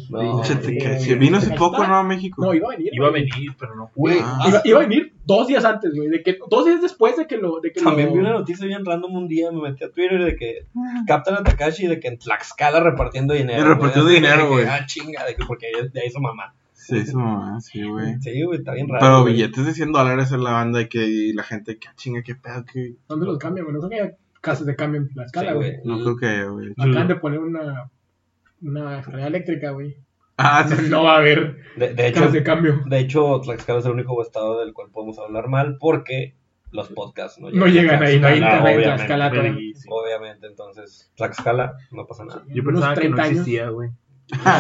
No,
[laughs] Pinche
sí,
Tekashi.
güey.
Vino hace poco, ¿no? A México.
No, iba a venir.
Iba a
güey.
venir, pero no.
güey
Ah.
ah,
Iba, iba a venir dos días antes, güey. De que, dos días después de que lo. De que
también
lo-
vi una noticia bien random un día me metí a Twitter de que captan a Takashi de que en Tlaxcala repartiendo dinero
Ah. Y
güey.
repartiendo
Así de
dinero,
que,
güey.
ah chinga de que porque de ahí su mamá
Sí, eso, mamá, sí, güey.
sí güey está bien raro
Pero
güey.
billetes de 100 dólares en la banda y que y la gente, que chinga, qué pedo, que.
¿Dónde los cambian, güey? No sé qué casas de cambio en la
Sí,
escala,
güey.
güey.
No creo que haya, güey.
Acaban de poner una. Una escalera eléctrica, güey.
Ah, sí, sí.
No va a haber
de, de hecho
casas de cambio.
de hecho Tlaxcala es el único estado del cual podemos hablar mal porque los podcasts no llegan,
No llegan
a
ahí, no hay
Tlaxcala,
internet en
obviamente.
Tlaxcala todavía.
Verguísimo.
Obviamente, entonces, Tlaxcala, no pasa nada.
Yo
Unos
pensaba que no
30 años.
existía, güey.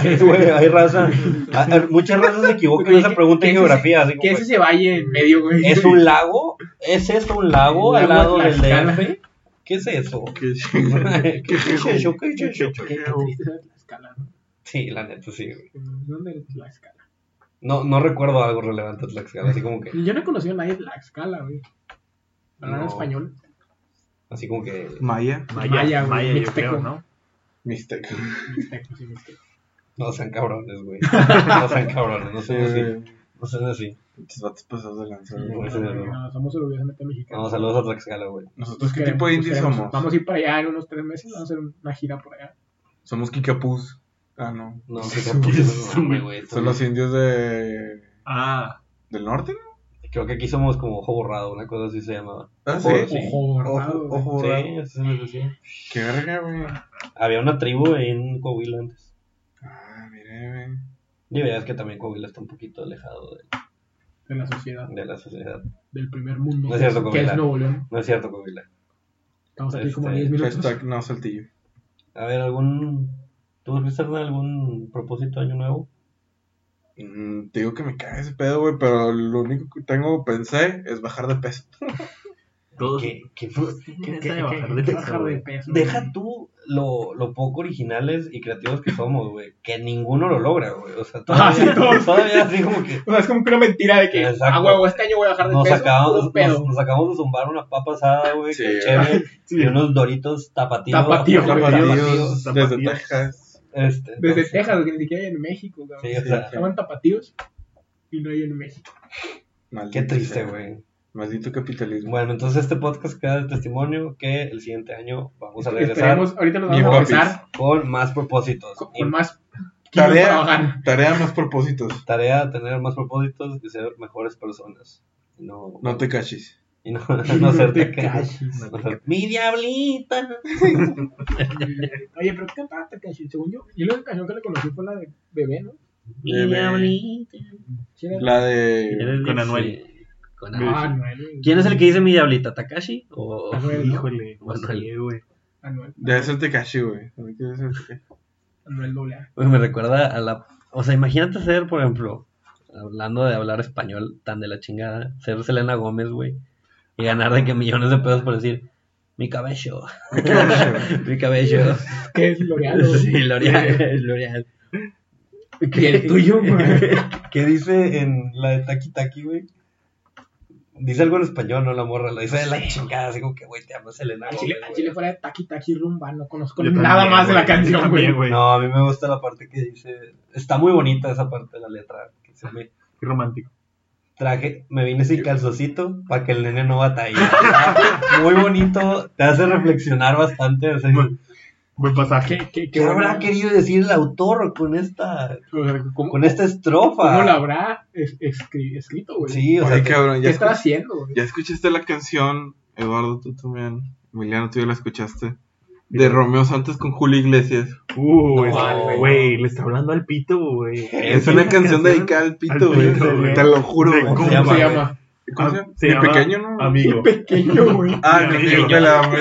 Sí, [laughs] güey, hay raza, hay- hay- muchas razas se equivocan en
Oye,
esa
¿qué-
pregunta
qué
en
es ese-
geografía, así
¿Qué
como,
es ese valle en medio, güey?
¿es un lago? ¿Es esto un lago
El
al lado
lago de
del
Tlaxcala.
DF? ¿Qué es
[laughs]
eso? [laughs]
Que chinga.
¿Qué es eso? ¿Qué es eso?
Qué qué triste ser Tlaxcala, ¿no?
Sí, la neta, sí. güey.
¿Dónde es Tlaxcala?
No, no recuerdo algo relevante de Tlaxcala, así como que,
Yo no he conocido a nadie de Tlaxcala, güey. Hablan
No.
español.
así como que,
Maya.
Maya, Maya,
Maya, güey,
yo
mixteco.
creo, ¿no?
Mixteca.
Mixteco, sí, mixteco.
no sean cabrones, güey. No sean cabrones, no sean así. No sean Pues así.
Estos vatos pasados de lanza, güey.
No,
No,
ese
no,
no.
no, somos orgullosamente mexicanos.
No, saludos a Tlaxcala, güey.
¿Nosotros qué
Queremos-
tipo de indies
queremos-
somos?
Vamos a ir para allá en unos tres meses, vamos a hacer una gira por allá.
Somos Kikapus. Ah, no.
No, que capullo, no, güey.
Son los indios de...
Ah,
del norte, ¿no?
Creo que aquí somos como ojo borrado, una cosa así se llamaba.
Ah,
Ojo,
sí.
sí.
Ojo, borrado,
Ojo,
güey.
ojo,
Sí,
borrado.
eso se decía.
Qué verga, güey.
Había una tribu en Coahuila antes.
Ah, mire, güey.
Y veas que también Coahuila está un poquito alejado de,
de la sociedad
de la sociedad.
del primer mundo.
No es cierto,
que
Coahuila.
es Nuevo León.
No es cierto, Coahuila.
Estamos aquí como
Este,
10 minutos. [laughs]
Hashtag no saltillo.
A ver, ¿algún. ¿Tú, Cristian, algún propósito de año nuevo?
Mm, te digo que me cae ese pedo, güey, pero lo único que tengo, pensé, es bajar de peso.
[laughs]
Todos.
¿Qué, qué, fue- qué-
Esa
qué-
de bajar
qué-
de
qué-
peso,
bajar de
güey.
peso, güey? Deja tú lo, lo poco originales y creativos que somos, güey. Que ninguno lo logra, güey. O sea, todavía,
Ah, sí, todos.
todavía así como que
O sea, es como que una mentira de que,
Exacto.
ah, huevo, este año voy a bajar de
nos
peso.
acabamos,
puro pedo.
nos, nos acabamos de zumbar una papa asada, güey,
Sí,
con
güey.
cheve
[laughs] Sí.
y unos doritos tapatíos.
Tapatío, güey.
tapatíos,
Tapatíos, desde
tapatíos.
Texas.
Este,
Desde
entonces,
Texas, que ni siquiera hay en México, cabrón.
sí, o sea,
Estaban tapatíos y no hay en México.
qué
Maldito
triste,
sea.
güey.
Maldito capitalismo.
Bueno, entonces este podcast queda de testimonio que el siguiente año vamos a regresar
Esperemos, ahorita nos
Bien,
vamos a
papis.
empezar
con más propósitos.
con,
Y
con más kilos para bajar.
Tarea, tarea más propósitos.
tarea tener más propósitos y ser mejores personas. Y No,
No te cachis.
y no, [laughs] [laughs] no
[laughs]
hacerte que-
calles.
no hacerte- [laughs] Mi diablita.
Oye, pero ¿qué cantaba Tekashi? Según yo, yo la canción que le conocí fue la de bebé, ¿no?
Mi
Bebé.
diablita.
Sí, era-
La de.
Con
Sí.
Anuel.
Con Anuel.
Ah, Anuel.
¿Quién es el que dice mi diablita? ¿Takashi? O...
Anuel, ¿no?
Híjole, no
Bueno,
sé, güey.
Anuel.
Debe ser Tekashi, güey. ¿Sabes qué debe ser Tekashi?
Anuel doble A.
Güey, Me recuerda a la... O sea, imagínate ser, por ejemplo, hablando de hablar español tan de la chingada, ser Selena Gómez, güey, y ganar de que millones de pesos por decir, mi cabello, [laughs] mi cabello.
¿Qué es L'Oreal? o-
Sí, L'Oreal, L'Oreal.
[laughs] ¿Y el tuyo, güey?
[laughs] ¿Qué dice en la de Taki Taki, güey? Dice algo en español, no la morra, lo dice de la chingada, así como que, güey, te amo Selena
Al
Gómez,
chile, al
güey.
chile fuera de Taki Taki Rumba, no conozco
Yo
nada
también,
más de la
güey, yo
canción,
también,
güey.
güey.
No, a mí me gusta la parte que dice, está muy bonita esa parte de la letra, que se me
Qué romántico.
traje, me vine sin calzocito para que el nene no batalle. Está [laughs] muy bonito, te hace reflexionar bastante, o sea,
Pues,
Muy- Buen pasaje.
¿Qué, qué,
¿qué
bueno.
habrá querido decir el autor con esta,
O sea, ¿Cómo,
con esta estrofa?
cómo lo habrá es- escri- escrito, güey?
Sí, o sea,
Oye,
te-
cabrón,
¿Qué
ya,
está
escuch-
haciendo, güey?
ya escuchaste la canción, Eduardo, tú también. Emiliano, tú ya la escuchaste. De Romeo Santos con Julio Iglesias.
Uh,
No,
es-
güey.
güey, le está hablando al pito, güey.
Es una Eh, canción dedicada al pito, güey.
pito, güey.
Te lo juro,
De
güey.
¿Cómo
¿Cómo
se
se
llama,
llama?
güey?
¿Cómo
Ah,
se llama? Mi
llama
pequeño, ¿no?
[laughs]
Amigo.
Pequeño, güey. [laughs]
Ah, el
Mi
pequeño
amigo.
de la hambre.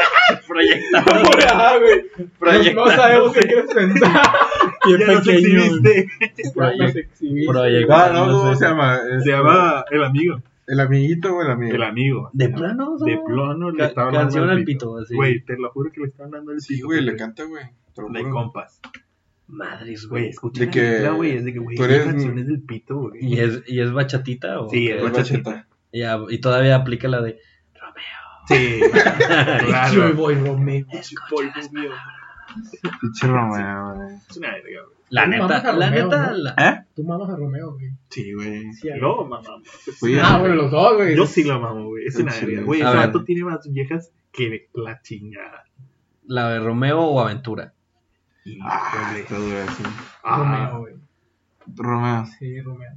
[laughs]
proyectado.
Ah, güey. No sabemos qué quieres pensar.
Ya nos exhibiste.
Nos exhibiste.
Ah, no, ¿cómo se llama?
Se
Este,
llama El Amigo.
El amiguito o el amigo.
El Amigo.
De plano, o sea,
De plano le
ca-
está hablando
canción al pito, así.
Güey, te lo juro que le está hablando al pito.
Sí, güey, le canta, güey. Te lo
De
juro.
compas.
Madres,
Güey,
güey.
escucha
De
la
que
letra, güey. Es de que, güey,
tú
esta
eres-
canción es del pito, güey.
¿Y es, ¿Y es bachatita o
Sí,
qué?
El
es
bacheta.
y, a- y todavía aplica la de
[laughs]
[laughs]
Sí.
Yo
claro.
voy, Romeo. polvo mío.
Pinche Romeo, güey.
Es una verga, güey.
la
Tú mamas
neta,
a
la
Romeo,
neta
¿no?
la-
¿Eh?
Tú mamas a Romeo, güey.
Sí, güey.
Sí, a-
Lo mamamos.
Fui
ah,
a-
bueno, los dos, güey.
Yo sí lo mamo, güey. Es una
Sí,
verga.
güey.
Güey,
A
ese
ver.
vato tiene más viejas que la chingada.
la de Romeo o Aventura.
Ah,
Híjole.
está dura, sí.
Romeo,
Ah,
güey.
Romeo.
Sí, Romeo.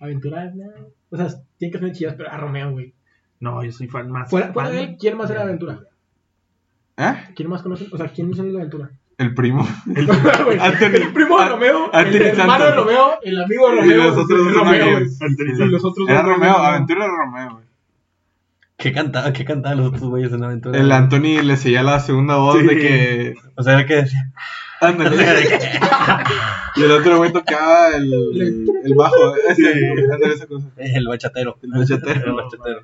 Aventuras, no. O sea, tiene que ser chidas, pero a Romeo, güey.
no, yo soy fan más.
Fuera, fuera
fan
de él, ¿quién más era Aventura?
¿Eh?
¿Quién más conoce? O sea, ¿quién es el de Aventura?
El primo.
El, [laughs] el primo de Romeo,
Anthony
el hermano de
Santos.
Romeo, el amigo de
Y
Romeo.
los otros dos
Romeo, güey.
amigos.
Anthony
Y los otros
Era
dos,
Romeo,
güey.
Aventura era Romeo, güey.
¿Qué cantaba? ¿Qué cantaban los otros güeyes en Aventura?
El Anthony le seguía la segunda voz
Sí.
de que.
O sea, que decía,
[laughs] Ándale. y el otro güey tocaba el, el bajo. Ese, ándale esa cosa.
el bachatero.
El bachatero.
El bachatero.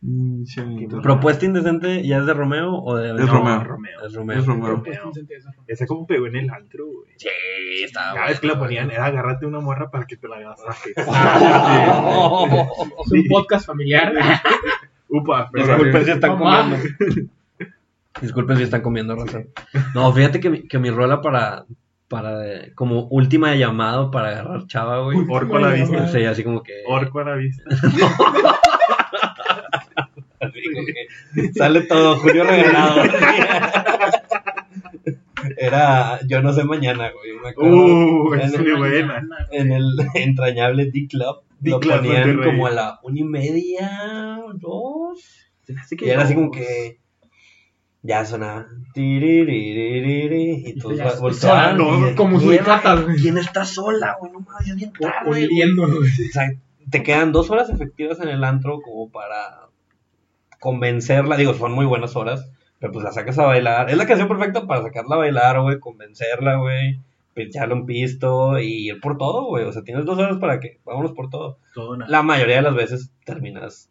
Mm, sí,
Qué
Propuesta indecente, ¿ya es de Romeo o de
Es
Aventura?
No,
Romeo.
Romeo.
Es Romeo.
Es Romeo.
Pues, ¿quién se entera?
Esa como pegó en el antro, güey.
Sí, estaba
Cada vez que la
Ah, bueno.
ponían era agárrate una morra para que te la gasajes.
Es un podcast [laughs] familiar.
Upa,
[laughs]
pero
Disculpen si están
Mamá.
comiendo. [laughs] Disculpen si están comiendo, raza. No, fíjate que mi, que mi rola para, para eh, como última de llamado para agarrar chava, güey.
Orco a la vista.
Sí, así como que,
Orco a la
[laughs]
vista.
así como que sale todo, Julio [laughs] Regalado. Era, yo no sé mañana, güey. me acuerdo.
Uh,
en,
es
el,
muy buena.
en el [laughs] entrañable D-Club
D
lo
Club
ponían
Monterrey.
como a la una y media, dos.
Así
Y era así como que. Ya sonaba. Tiririririri, Y todos
Ya
va-
estoy
volteaban.
sonando,
y-
como
¿quién-
sus güey.
¿Quién está sola, güey? No mames, ya bien tarde, güey.
Oliéndolo, güey.
O sea, te quedan dos horas efectivas en el antro como para convencerla. Digo, son muy buenas horas. Pero pues la sacas a bailar. Es la canción perfecta para sacarla a bailar, güey. Convencerla, güey. echarle un pisto y ir por todo, güey. O sea, tienes dos horas para que vámonos por todo.
Todo nada.
La mayoría de las veces terminas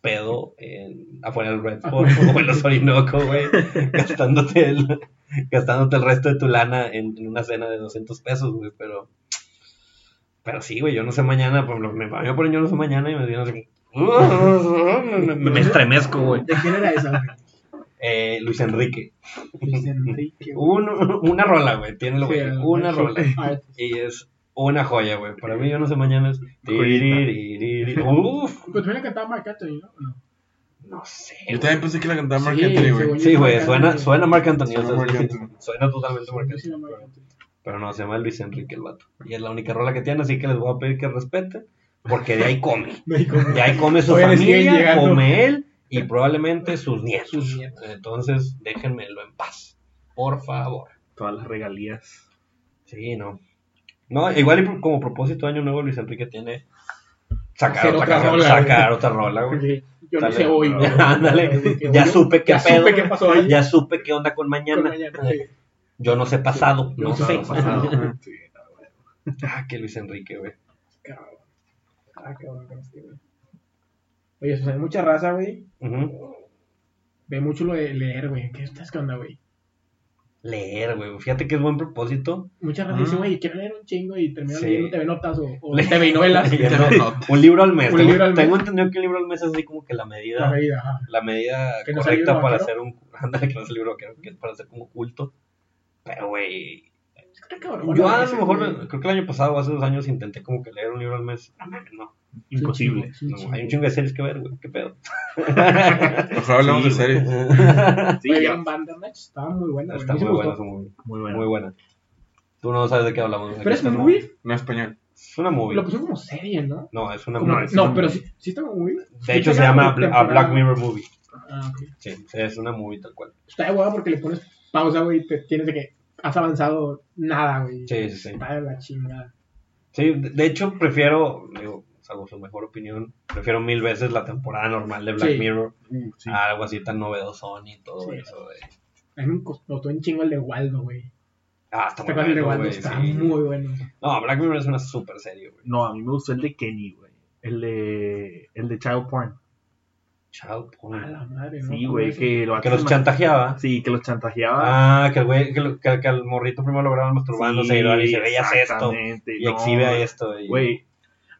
pedo en, afuera del Red [laughs] Spot o en los Orinoco, [laughs] güey, gastándote el, gastándote el resto de tu lana en, en una cena de 200 pesos, güey, pero, pero sí, güey, yo no sé mañana, pues me baño por yo no sé mañana y me viene [laughs] así, me, me estremezco, güey.
¿De quién era esa, güey?
Eh, Luis Enrique,
Luis Enrique, güey.
Un- una rola, güey, tiene
Sí, el-
una rola.
Ah,
Y es una joya, güey. Para mí, yo no sé mañana es. Tiriririri. Uf,
Pues también la cantaba Marc Anthony, ¿no? ¿O ¿no?
no sé.
Yo
güey.
también pensé que la cantaba Mark
Sí,
Anthony, güey.
según
Sí, güey,
Marc
suena,
Anthony.
suena Marc Anthony. o sea,
Suena Marc
sí,
Anthony.
Suena totalmente Marc
Sí, sí,
Anthony.
era Marc Anthony.
Pero no, se llama Luis Enrique el vato. Y es la única rola que tiene, así que les voy a pedir que respeten. Porque de ahí come.
[laughs] México.
De ahí come su
Todavía le siguen
familia,
llegando.
come él y probablemente sus nietos.
Sus nietos.
Entonces, déjenmelo en paz. Por favor.
Todas las regalías.
Sí, no. No, igual y por- como propósito de año nuevo, Luis Enrique tiene sacar
Hacer
otra,
otra
rola,
rola,
sacar otra rola, güey.
Porque Yo no
Dale.
sé hoy, [laughs] güey.
[laughs] Ándale,
Que
ya
hoy-
supe qué
ya
pedo,
supe qué pasó ahí.
ya supe qué onda con
Con
mañana.
mañana.
Yo no sé pasado,
Yo
no
no sé
sé.
pasado.
Ajá. Sí.
Ah, que Luis Enrique, güey.
Cabrón. Ah, cabrón, con este, güey. Oye, Susan, hay mucha raza, güey.
Ujú.
Ve mucho lo de leer, güey. ¿Qué estás con onda, güey?
Leer, güey. Fíjate que es buen propósito.
Mucha raza
Ah.
dice, güey, quiero leer un chingo y termino
Sí.
leyendo TV Notas o, [laughs] o
Le-
TV Novelas.
Leyendo
Te
[laughs]
notas.
un libro al mes.
Un
Tengo-
libro al mes.
Tengo entendido que un libro al mes es así como que la medida,
La medida, ajá.
la medida
Que no sea
correcta
libro
para
vaquero.
hacer un. [laughs] Ándale, que no es libro vaquero, que es para hacer como culto. Pero, güey,
Es que está cabrón,
Yo
la
a
raza,
lo mejor,
güey.
creo que el año pasado o hace dos años intenté como que leer un libro al mes. No, mames, no,
Imposible.
Sí,
no,
sí, sí.
hay un chingo de series que ver, güey, qué pedo.
Mejor hablamos
[laughs]
de series.
Sí,
Oye,
ya.
en Bandersnatch estaba muy buena, güey.
Está
a mí sí
muy
me
buena,
gustó.
esa movie,
Muy bueno.
muy buena. Tú no sabes de qué hablamos.
Pero es
Aquí está, ¿no?
movie,
No español.
Es una movie.
lo pusieron como serie, ¿no?
No, es una
Como-
movie.
es
no,
una
pero
movie.
sí, sí está como movie.
De hecho,
Sí,
se llama a Bla-
temporada.
a Black Mirror Movie.
Ah, ok.
Sí, es una movie tal cual.
Está de huevo porque le pones pausa, güey, y te tienes de que has avanzado nada, güey.
Sí, sí, sí.
Está de la chingada.
Sí, de de hecho, prefiero, digo, salvo su mejor opinión, prefiero mil veces la temporada normal de Black
Sí.
Mirror
Uh, sí.
a algo así tan novedosón y todo
Sí.
eso. güey.
A mí me costó un chingo el de Waldo, güey.
Ah, está
Este
muy
cual el de
bueno,
Waldo
güey,
está
sí.
muy bueno.
No, Black Mirror es una super serie, güey.
No, a mí me gustó el de Kenny, güey. El de, el de Child Porn.
Chao,
A la madre, ¿no?
Sí, güey, que lo
Que los chantajeaba.
Sí, que los chantajeaba.
Ah, que el güey, que, lo- que, que al morrito primero lo graban masturbándose
Sí,
y luego le dice, "Ve y haz esto.
exactamente,
Y
no,
exhibe a esto. Y...
Güey,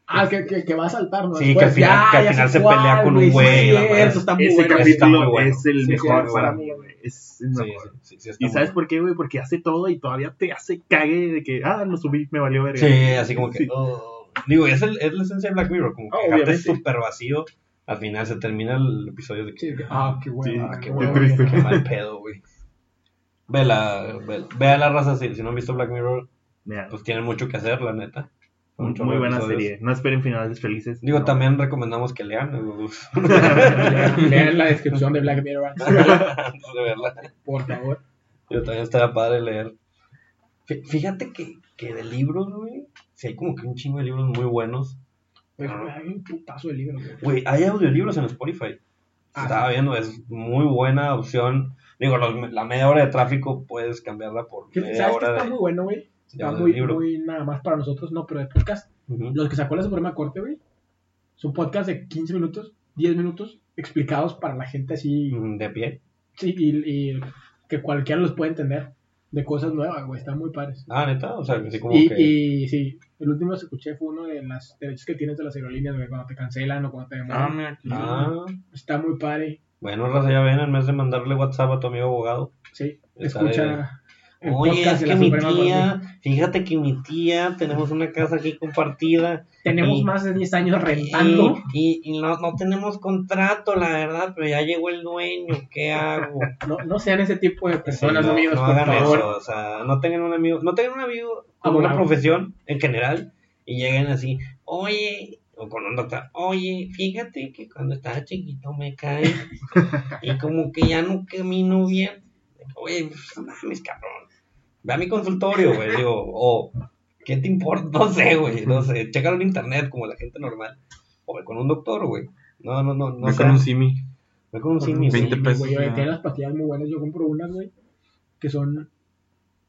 Ah, que, que, que va a saltar, ¿no?
Sí, que al final- que al
sé
final se
cuál,
pelea con un güey,
Sí,
la madre.
eso está muy
ese
bueno.
está muy
capítulo
bueno.
es el
Sí, sí,
mejor
sí,
para
sí.
mí, güey. Es el
Sí,
mejor.
sí, sí, está
¿Y
muy
sabes
bueno.
por qué, güey? Porque hace todo y todavía te hace cague de que, ah, lo subí, me valió verga.
Sí, así como que.
Sí.
"Oh". Digo, es, el, es la esencia de Black Mirror, como que
Ah,
dejarte
obviamente.
súper vacío. Al final se termina el episodio de que.
Sí, que- ah,
Sí,
qué bueno.
ah, qué
qué
bueno,
triste.
qué mal pedo, güey. Vela, vela, vea la raza si, si no han visto Black Mirror,
Mira,
pues tienen mucho que hacer, la neta. Son un
muy
chorro
muy
de
buena
episodios.
serie. No esperen finales felices.
Digo,
no. [laughs]
también recomendamos que lean. [laughs] antes
Lean lean la descripción de Black Mirror, antes,
de verla.
por favor.
Yo también estaba padre leer. Fí- Fíjate que, que de libros, güey, sí hay como que un chingo de libros muy buenos.
Pues, güey, hay un putazo de libro, güey.
Güey, hay audiolibros en Spotify.
Ah,
Estaba viendo, es muy buena opción. Digo, los- la media hora de tráfico puedes cambiarla por
Que-
media
¿Sabes que
hora
está
de,
muy bueno, güey?
de
Está muy,
audiolibro.
muy nada más para nosotros, no, pero de podcast.
Ujú.
Los que sacó la Suprema Corte, güey, son podcasts de 15 minutos, 10 minutos, explicados para la gente así,
Mm, De pie.
sí, y, y que cualquiera los puede entender, de cosas nuevas, güey, están muy padres.
Ah, neta, o sea, así como
Y,
que...
y sí, el último que escuché fue uno de los derechos que tienes de las aerolíneas, güey, cuando te cancelan o cuando te
Ah,
demoran.
mira. aquí.
Ah,
Está muy padre,
bueno, raza, ya ven, en vez de mandarle WhatsApp a tu amigo abogado,
sí,
Está
escucha el
Oye,
podcast
es
de
que
la
mi
Suprema Corte.
tía, fíjate que mi tía, tenemos una casa aquí compartida.
Tenemos
y-
más de 10 años
Y,
rentando.
y- y no, no tenemos contrato, la verdad, pero ya llegó el dueño, ¿qué hago?
No, no sean ese tipo de personas,
Sí, no,
amigos,
no
por
hagan
favor.
eso, o sea, no tengan un amigo, no tengan un amigo con
Abogado.
una profesión en general y lleguen así, oye, o con un doctor, oye, fíjate que cuando estaba chiquito me caí y como que ya no camino bien, oye, pues, no mames, cabrón, ve a mi consultorio, güey, digo, o, ¿qué te importa? No sé, güey, no sé, chécalo en internet como la gente normal, o ve con un doctor, güey, no, no, no, no,
Ve
sé,
con un simi.
ve con un simio,
20
sí.
pesos,
Güey,
ya.
tiene las pastillas muy buenas. Yo compro unas, güey, que son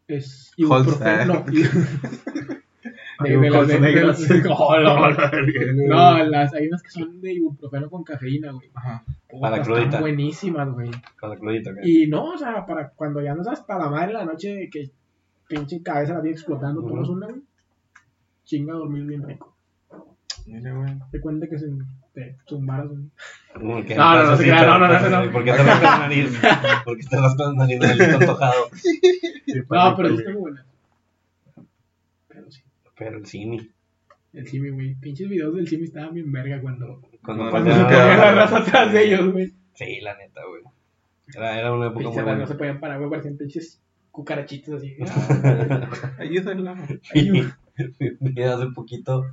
Es
[laughs]
ibuprofeno.
Ah,
No, de, de las de- de las- [laughs]
[laughs]
Oh, la- No, las, hay unas que son de ibuprofeno con cafeína, güey.
Ajá.
Para
Están
crudita.
buenísimas, güey.
Con la crudita, ¿qué?
Y no, o sea, para cuando ya andas hasta la madre de la noche de que pinche cabeza la vi explotando,
Ujú.
tomas una, güey. Chinga dormir bien rico.
Mira, güey.
Te cuenta que se te zumbaras, güey.
Uy, que
No, no, no,
estás
se crea,
así,
no, no,
pero-
no, no.
¿Por qué te rascas la
[laughs]
nariz? ¿Por qué te rascas la nariz del listo antojado?
pues,
No, pero sí está muy buena. Pero sí.
Pero el cine.
El Simi, güey. Pinches videos del Simi estaban bien verga cuando.
Cuando
No,
pasaba-
no se
Porque
queda.
la raza atrás de ellos, güey.
Sí, la neta, güey. Era, era una época muy
Pinches raza no
buena.
se podían parar, güey. Parecían pinches
[laughs]
cucarachitas así.
Ayúdenla.
Vi hace poquito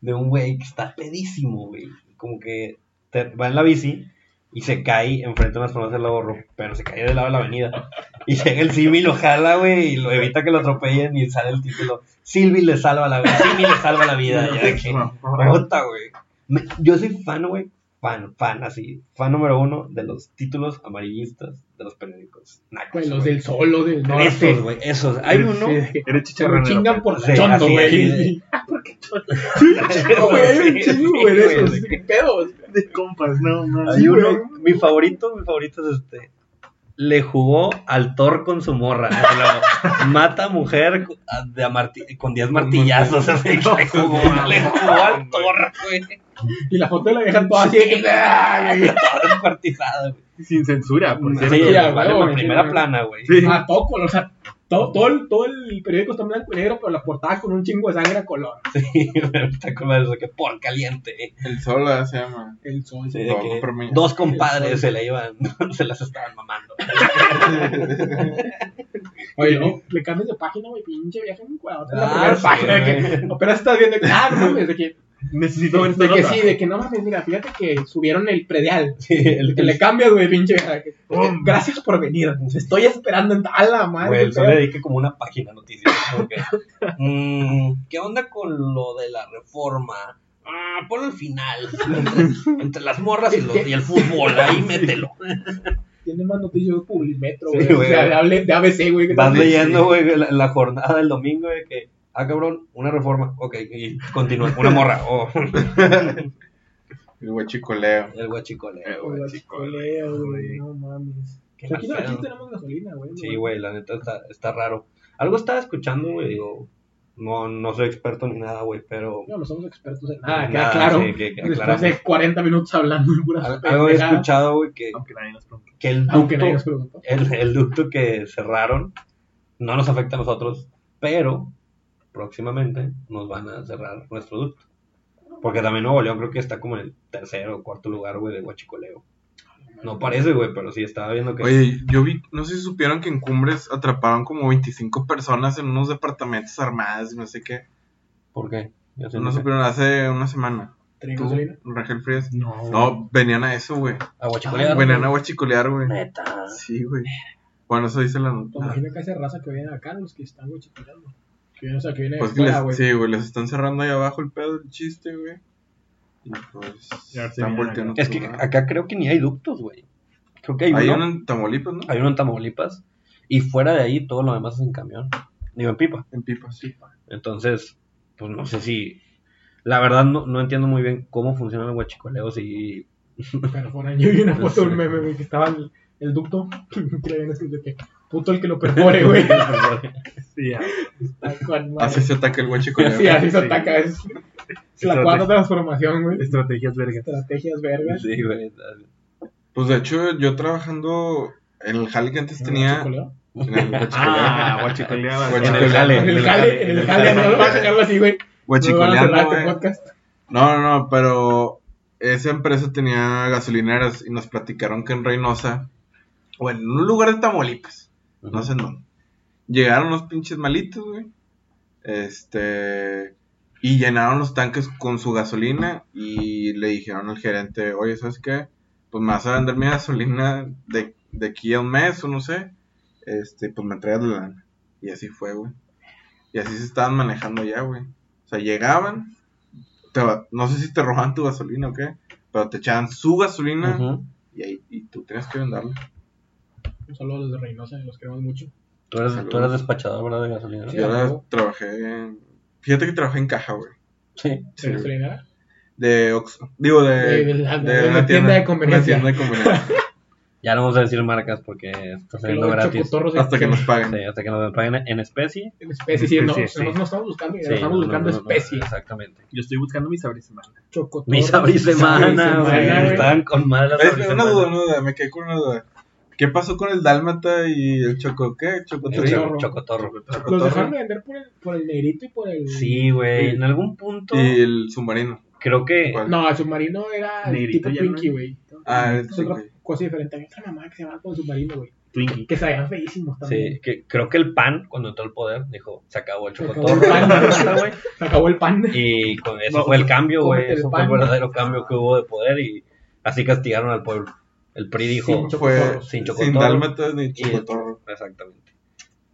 de un güey que está pedísimo, güey. Como que te- va en la bici y se cae enfrente de unas farmacias del ahorro, pero se cae del lado de la avenida. Y llega el Simi y lo jala, güey, y lo evita que lo atropellen y sale el título. Silvi le salva la vida. Simi le salva la vida. Ya de que, puta, güey. Me- Yo soy fan, güey. Fan, fan, así. Fan número uno de los títulos amarillistas de los periódicos. Nacos,
Güey, Pues los
güey.
del solo, del norte.
Esos, güey, esos. Hay uno.
Eres
Se lo
chicharronero.
chingan por
Sí,
chondo,
así es,
güey.
sí.
[laughs] No, güey, hay un
Sí,
chingo,
sí,
güey, de
güey,
esos.
de
¿Qué pedos?
[laughs] De compas, no, no.
Hay uno, mi favorito, mi favorito es este. Le jugó al Thor con su morra. Lo [laughs] mata a mujer cu- a- de a marti- con 10 martillazos. así que le, jugó, le jugó al Thor, güey.
Y la foto la dejan toda así. de que-
Toda descuartizada, güey.
Sin censura, por
Sí,
cierto.
sí, a
vale,
huevo,
la
sí,
primera
güey.
plana, güey. [laughs]
Sí.
Ah, todo color, o sea, todo, todo, el, todo el periódico está en blanco y negro, pero la portada con un chingo de sangre a color.
Sí, pero está con la de que por caliente.
El sol ah, se llama.
El sol.
Sí,
Sí.
de
No,
que
no, pero me-
dos compadres se la iban, [laughs] se las estaban mamando.
Oye, no, le cambias de página, güey, pinche viaje en cuadro. la
Ah,
primera
sí,
página de
güey.
que apenas estás viendo. que, Ah, no mames, de que,
Necesito ver esta
de que
nota.
sí, de que no mames, mira, fíjate que subieron el predial.
Sí, el,
De que le cambias, güey, pinche vieja. de que,
Pum.
Gracias por venir. Te estoy esperando. en- A la madre.
Güey,
qué
el sol
pedo.
le dedica como una página a noticias. como
[laughs]
que, mm, ¿Qué onda con lo de la reforma? Ah, ponlo al final. Entre las morras y, los- y el fútbol, ahí mételo.
Tiene más noticias de Publimetro,
Sí,
güey. o
güey.
sea, de, hable- de ABC, güey. que
Vas
también-
leyendo, güey, la, la jornada del domingo de que, ah, cabrón, una reforma. Ok, y continúa. Una morra. [laughs] Oh,
El guachicoleo.
el guachicole.
Eh,
Güey,
güey, chico,
chicoleo, güey.
güey.
No mames.
Qué
Aquí, no,
mal
aquí
pedo.
tenemos gasolina, güey.
Sí, güey, la neta está, está raro. Algo estaba escuchando, güey, digo, no, no soy experto ni nada, güey, pero
No, no somos expertos en
Nada,
nada, queda claro.
sí, que- que
Después
aclaramos.
de 40 minutos hablando de puras
al- algo he
pendejadas,
escuchado, güey, que,
Aunque nadie nos preguntó.
que el
pues, Aunque
ducto-
nadie nos preguntó.
el, el ducto que cerraron no nos afecta a nosotros, pero próximamente nos van a cerrar nuestro ducto. Porque también Nuevo León creo que está como en el tercer o cuarto lugar, güey, de guachicoleo. No parece, güey, pero sí estaba viendo que...
Oye, yo vi, no sé si supieron que en Cumbres atraparon como 25 personas en unos departamentos armadas, y no sé qué.
¿Por qué? Ya sé, Pues
No
no sé.
supieron hace una semana.
¿Tenía
¿Tú,
gasolina?
Rangel Frías?
No.
No, venían a eso, güey.
¿A guachicolear?
Venían a guachicolear, güey.
Ah, Neta.
Sí, güey. Bueno, eso dice la
Te
nota.
imaginas que esa raza que viene acá, los que están, güey, chiquitando. Que viene, o sea, que viene de
Pues que
fuera,
les,
güey.
sí, güey, les están cerrando ahí abajo el pedo, el chiste, güey. Y pues
Y ahora sí
están
vienen
volteando.
Es que
todo.
acá creo que ni hay ductos, güey. Creo que hay,
Hay
uno.
uno en Tamaulipas, ¿no?
Hay uno en Tamaulipas. Y fuera de ahí todo lo demás es en camión. Digo, en pipa.
En Pipas.
Entonces, pues no sé si. La verdad, no, no entiendo muy bien cómo funciona el guachicoleo. Si.
Perforan. Yo vi una
Pues
foto de
sí.
un meme, güey, que estaba el, el ducto. que le habían escrito que puto el que lo perfore, güey.
[laughs] Sí, ya.
Está con madre.
Así se
[laughs]
ataca el guachicoleo.
Sí, así se
Sí.
ataca. Es es la
Estrategia.
cuarta transformación, güey.
Estrategias vergas.
Estrategias vergas.
Sí, güey.
Pues de hecho, yo trabajando en el jale que antes tenía.
Chicoleo.
En el guachicoleo.
Ah, guachicoleaba.
En
Guachicoleo.
el jale.
En el jale, en el jale, no lo vas a sacarlo así, güey. No van a
Guachicoleando,
cerrar este
güey.
podcast.
No, no, no, pero esa empresa tenía gasolineras y nos platicaron que en Reynosa, o en un lugar de Tamaulipas, no sé en dónde, llegaron los pinches malitos, güey. Este. Y llenaron los tanques con su gasolina y le dijeron al gerente, oye, ¿sabes qué? Pues me vas a vender mi gasolina de, de aquí a un mes o no sé. Este, pues me entregas la lana. Y así fue, güey. Y así se estaban manejando ya, güey. O sea, llegaban, te va- no sé si te robaban tu gasolina o qué, pero te echaban su gasolina
Ujú.
y ahí y tú tenías que venderla.
Un saludo desde Reynosa, los queremos mucho.
Tú eres,
Saludos.
tú eres despachador, ¿verdad? De gasolina.
Sí.
Yo
a
ahora
huevo.
trabajé en... Fíjate que trabajé en caja, güey.
Sí.
Sí, güey.
¿De gasolinera?
De Oxxo. Digo, de...
De- de la- de
una
la tienda de
una
conveniencia.
tienda de
[laughs]
conveniencia.
Ya no vamos a decir marcas porque está
Que
saliendo
los
gratis.
chocotorros
Hasta que nos paguen.
Sí, hasta que nos paguen en especie.
En especie, sí, no,
Sí, sí.
nosotros no estamos buscando dinero,
Sí,
estamos
no, no,
buscando
no, no,
especie.
exactamente.
Yo estoy buscando mi sabrisemana.
Chocotorros.
Mis abrisemana, güey.
abrisemana, güey.
Estaban con mal las
Es- Una duda,
abrisemana.
una duda. Me quedé con una duda. ¿Qué pasó con el dálmata y el choco? ¿Qué? Chocotorro.
El
Chocotorro.
Chocotorro.
Los
Chocotorro.
dejaron de vender por el, por el negrito y por el.
Sí, güey.
Sí.
En algún punto,
Y el submarino.
creo que.
¿Cuál?
Eh, No, el submarino era el
Negrito
tipo
ya no
Twinkie,
es.
güey.
Ah,
Es
sí,
otra
güey.
cosa diferente. Había otra mamá que se llamaba como submarino, güey.
Twinkie.
Que se veían feísimos también.
Sí, que, creo que el pan, cuando entró al poder, dijo: Se acabó el
Se acabó
chocotorro.
el
[laughs]
pan.
la neta, güey.
Se acabó el pan.
Y con eso
No,
fue el cambio, güey.
pues, cómete el
Eso fue el
pan.
verdadero cambio que hubo de poder y así castigaron al pueblo. El PRI dijo,
Sí,
Fue
Chocotorro.
sin
sin
chocotorro.
dálmata ni
Y el-
chocotorro.
Exactamente.
[laughs]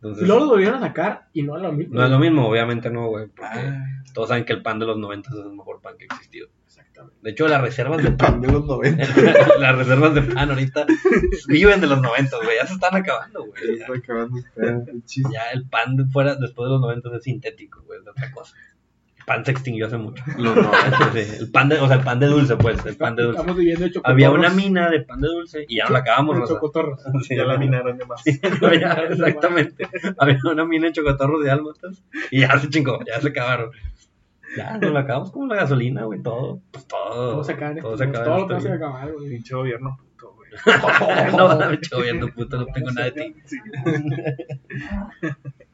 Y
Entonces,
luego lo volvieron a sacar y no era lo mismo.
no es lo mismo, obviamente no, güey. Porque
Ah,
todos saben que el pan de los 90 es el mejor pan que ha existido.
Exactamente.
De hecho, las reservas de pan, [laughs]
pan de los 90.
las reservas de pan ahorita viven de los 90, güey. Ya se están acabando, güey. Ya,
Está acabando usted, el chiste.
ya el pan de fuera, después de los 90 es sintético, güey, es de otra cosa. El pan se extinguió hace mucho.
Los
[laughs]
90.
Sí, el pan de, o sea, el pan de dulce, pues, el pan de dulce.
Estamos viviendo de chocotorros.
Había una mina de pan de dulce y ya la acabamos,
de
Rosa.
chocotorros.
Sí,
Ya la minaron de más.
[laughs] ya, exactamente. Había una mina de chocotorros de almatas y ya se chingó, ya se acabaron. Ya, nos la acabamos como la gasolina, güey, todo. Pues todo.
Todo se acaba en
todo
este
se
mundo,
acaba en
Todo lo
este
que se
mundo.
acaba, güey.
Pinche gobierno puto, güey.
[laughs] No, no, me echo viendo, puto, no tengo nada de ti. [laughs]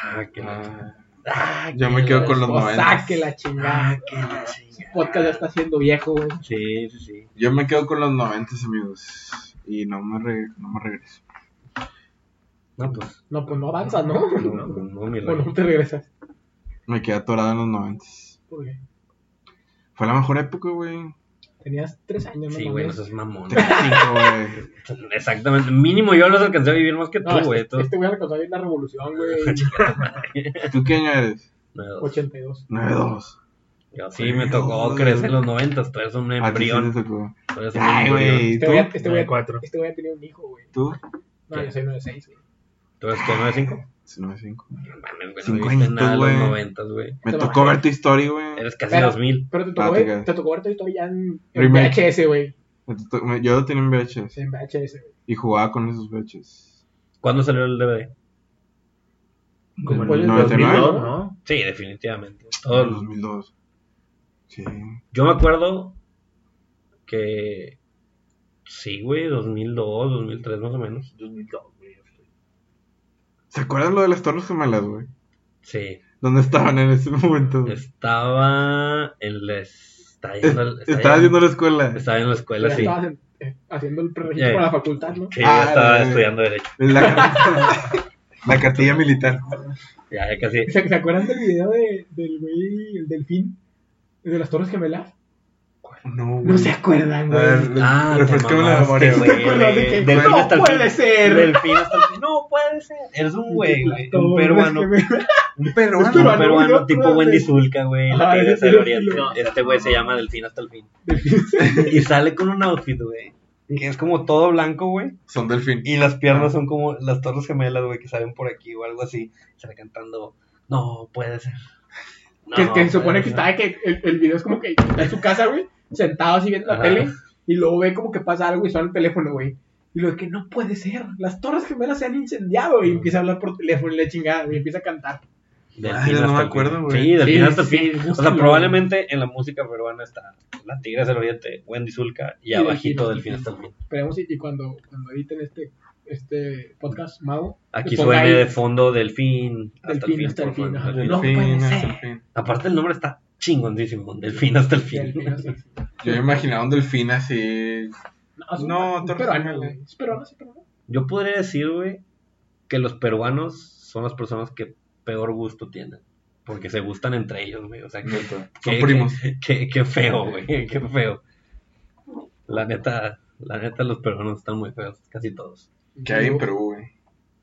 Ah, qué la
Ah,
ah,
Yo
qué
me
la-
quedo con los
O
90.
saque la chingada.
Ah, qué la chingada.
Podcast ya está siendo viejo, güey.
Sí, sí, sí.
Yo me quedo con los 90, amigos. Y no me, re- no me regreso.
No, pues,
No, pues no avanzas, ¿no?
no, no, no, mi
O
rey.
no te regresas.
Me quedé atorado en los 90.
¿Por qué?
Fue la mejor época, güey.
Tenías tres años,
Sí,
¿no?
güey, no
mames?
seas
[laughs]
mamón.
Tengo cinco, [laughs] güey.
Exactamente. Mínimo yo los alcancé a vivir más que tú,
No,
güey.
este,
Tú-
este güey alcanzó a vivir la revolución, güey.
[laughs]
¿Tú qué año eres?
No,
82.
9-2.
Yo sí me tocó crecer en los noventas, tú eres un
A ti sí
embrión.
te tocó.
Tú eres un
Ah, Ay,
embrión.
güey. ¿y
Este
¿Tú?
güey, este
Ah,
güey,
94.
este güey ha tenido un hijo, güey.
¿Tú?
No, yo soy 96, güey.
¿Tú eres que 95?
95.
Mames, güey, no
Cinco
viste nada en
añitos,
los
güey.
noventas, güey.
Me
Te
tocó
bajé.
ver tu historia, güey.
Eres casi
Pero-
2000.
Pero te
Ah,
tocó,
te
ver,
quedas.
te tocó ver Toy Story ya en, en
Remake.
VHS, güey.
Me to- me- Yo lo tenía en VHS.
En VHS, güey.
Y jugaba con esos VHS.
¿Cuándo salió el DVD?
Como en
Después
el
del
99,
2002,
¿no?
¿no?
Sí, definitivamente. Todo
En
el-
2002. Sí.
Yo me acuerdo que... Sí, güey, 2002, 2003 más o menos.
2002, güey. yo estoy-
¿Se acuerdan lo de las Torres Gemelas, güey?
Sí.
¿Dónde estaban en ese momento? güey?
Estaba en la... Estaba yendo, al- estaba
Estaba
yendo-
yendo a la escuela.
estaba en la escuela,
Ya
sí.
estabas en- eh, haciendo el preregistro
Ya.
para la facultad, ¿no?
Sí,
Ah,
yo estaba
la-
estudiando Derecho.
La, [laughs] la cartilla militar.
Ya, ya casi.
¿Se, se acuerdan del video de, del güey, el delfín? De las Torres Gemelas.
No,
No se acuerdan,
A
güey.
ver,
Ah, te
refrescame la
mamaste,
memoria, güey.
güey.
Recuerdo de que,
Delfín
no
hasta el
puede
fin.
ser.
Delfín hasta el fin. No puede ser. Eres un güey, güey. Un peruano.
Torres Gemelas.
Un
Un
peruano.
peruano,
peruano
yo
tipo
creo,
Wendy
güey.
Zulka, güey. La
Ah,
que
ese
regresa
sí
del
lo-
oriente.
no,
Este güey se llama Delfín hasta el fin. [laughs] Y sale con un outfit, güey. Que es como todo blanco, güey.
Son delfín.
Y las
Ah.
piernas son como las torres gemelas, güey, que salen por aquí o algo así. Sale cantando. No puede ser. No
que, que
puede
se supone que
ser".
está, que el, el video es como que está en su casa, güey, sentado así viendo la
Ajá.
tele, y luego ve como que pasa algo y suena el teléfono, güey. Y lo de que no puede ser, las torres gemelas se han incendiado, y empieza a hablar por teléfono y la chingada, y empieza a cantar.
Delfín
Ay, yo Ah, no
hasta
me
el
acuerdo,
fin.
güey.
Sí, Delfín
Sí,
hasta el
sí,
fin. o sea,
búscalo.
probablemente en la música peruana está La Tigresa del Oriente, Wendy Zulka y
Y
abajito Delfín
Delfín
hasta el fin.
Esperemos y, y cuando, cuando editen este, este podcast, Mago,
Aquí
que ponga
suene
ahí
de fondo Delfín hasta el
Delfín
fin.
hasta el
por favor,
fin, ajá.
Delfín.
No
Delfín,
puede
hasta
ser.
el fin.
Aparte el nombre está chingoncísimo, Delfín hasta el fin.
Delfín, así.
Yo me imaginaba un delfín así.
es un-
No,
un
Torres
peruano,
Gemelas.
güey. Es peruano, sí, peruano.
Yo podría decir, güey, que los peruanos son las personas que peor gusto tienen. Porque se gustan entre ellos, güey. O sea, que,
Son primos.
Qué, qué feo, güey. Qué feo. La neta, la neta, los peruanos están muy feos, casi todos.
Que hay en Perú,
[laughs]
güey.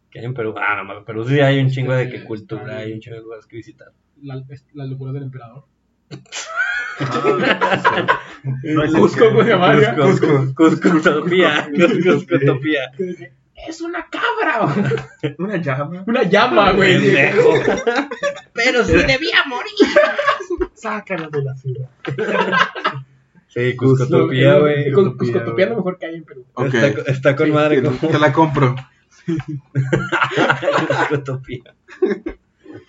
Que hay en Perú. Ah, no mames, Perú sí hay un chingo de que cultura, hay un chingo de lugares que visitar.
La, la locura del emperador.
No,
Eh, Cusco, güey, se llama. [laughs]
Cusco, Cusco, Cusco, Utopía, Cusco, Utopía.
Que- Es una cabra, güey.
Una llama.
Una llama, Ah, güey.
Pendejo.
[laughs] Pero sí debía morir.
Sácala de la ciudad.
Sí,
eh,
Cuscotopía, güey.
Cus- Cuscotopía pues, es lo mejor que hay en Perú.
Ok.
Está, está con madre como [laughs]
Te la compro.
Cuscotopía.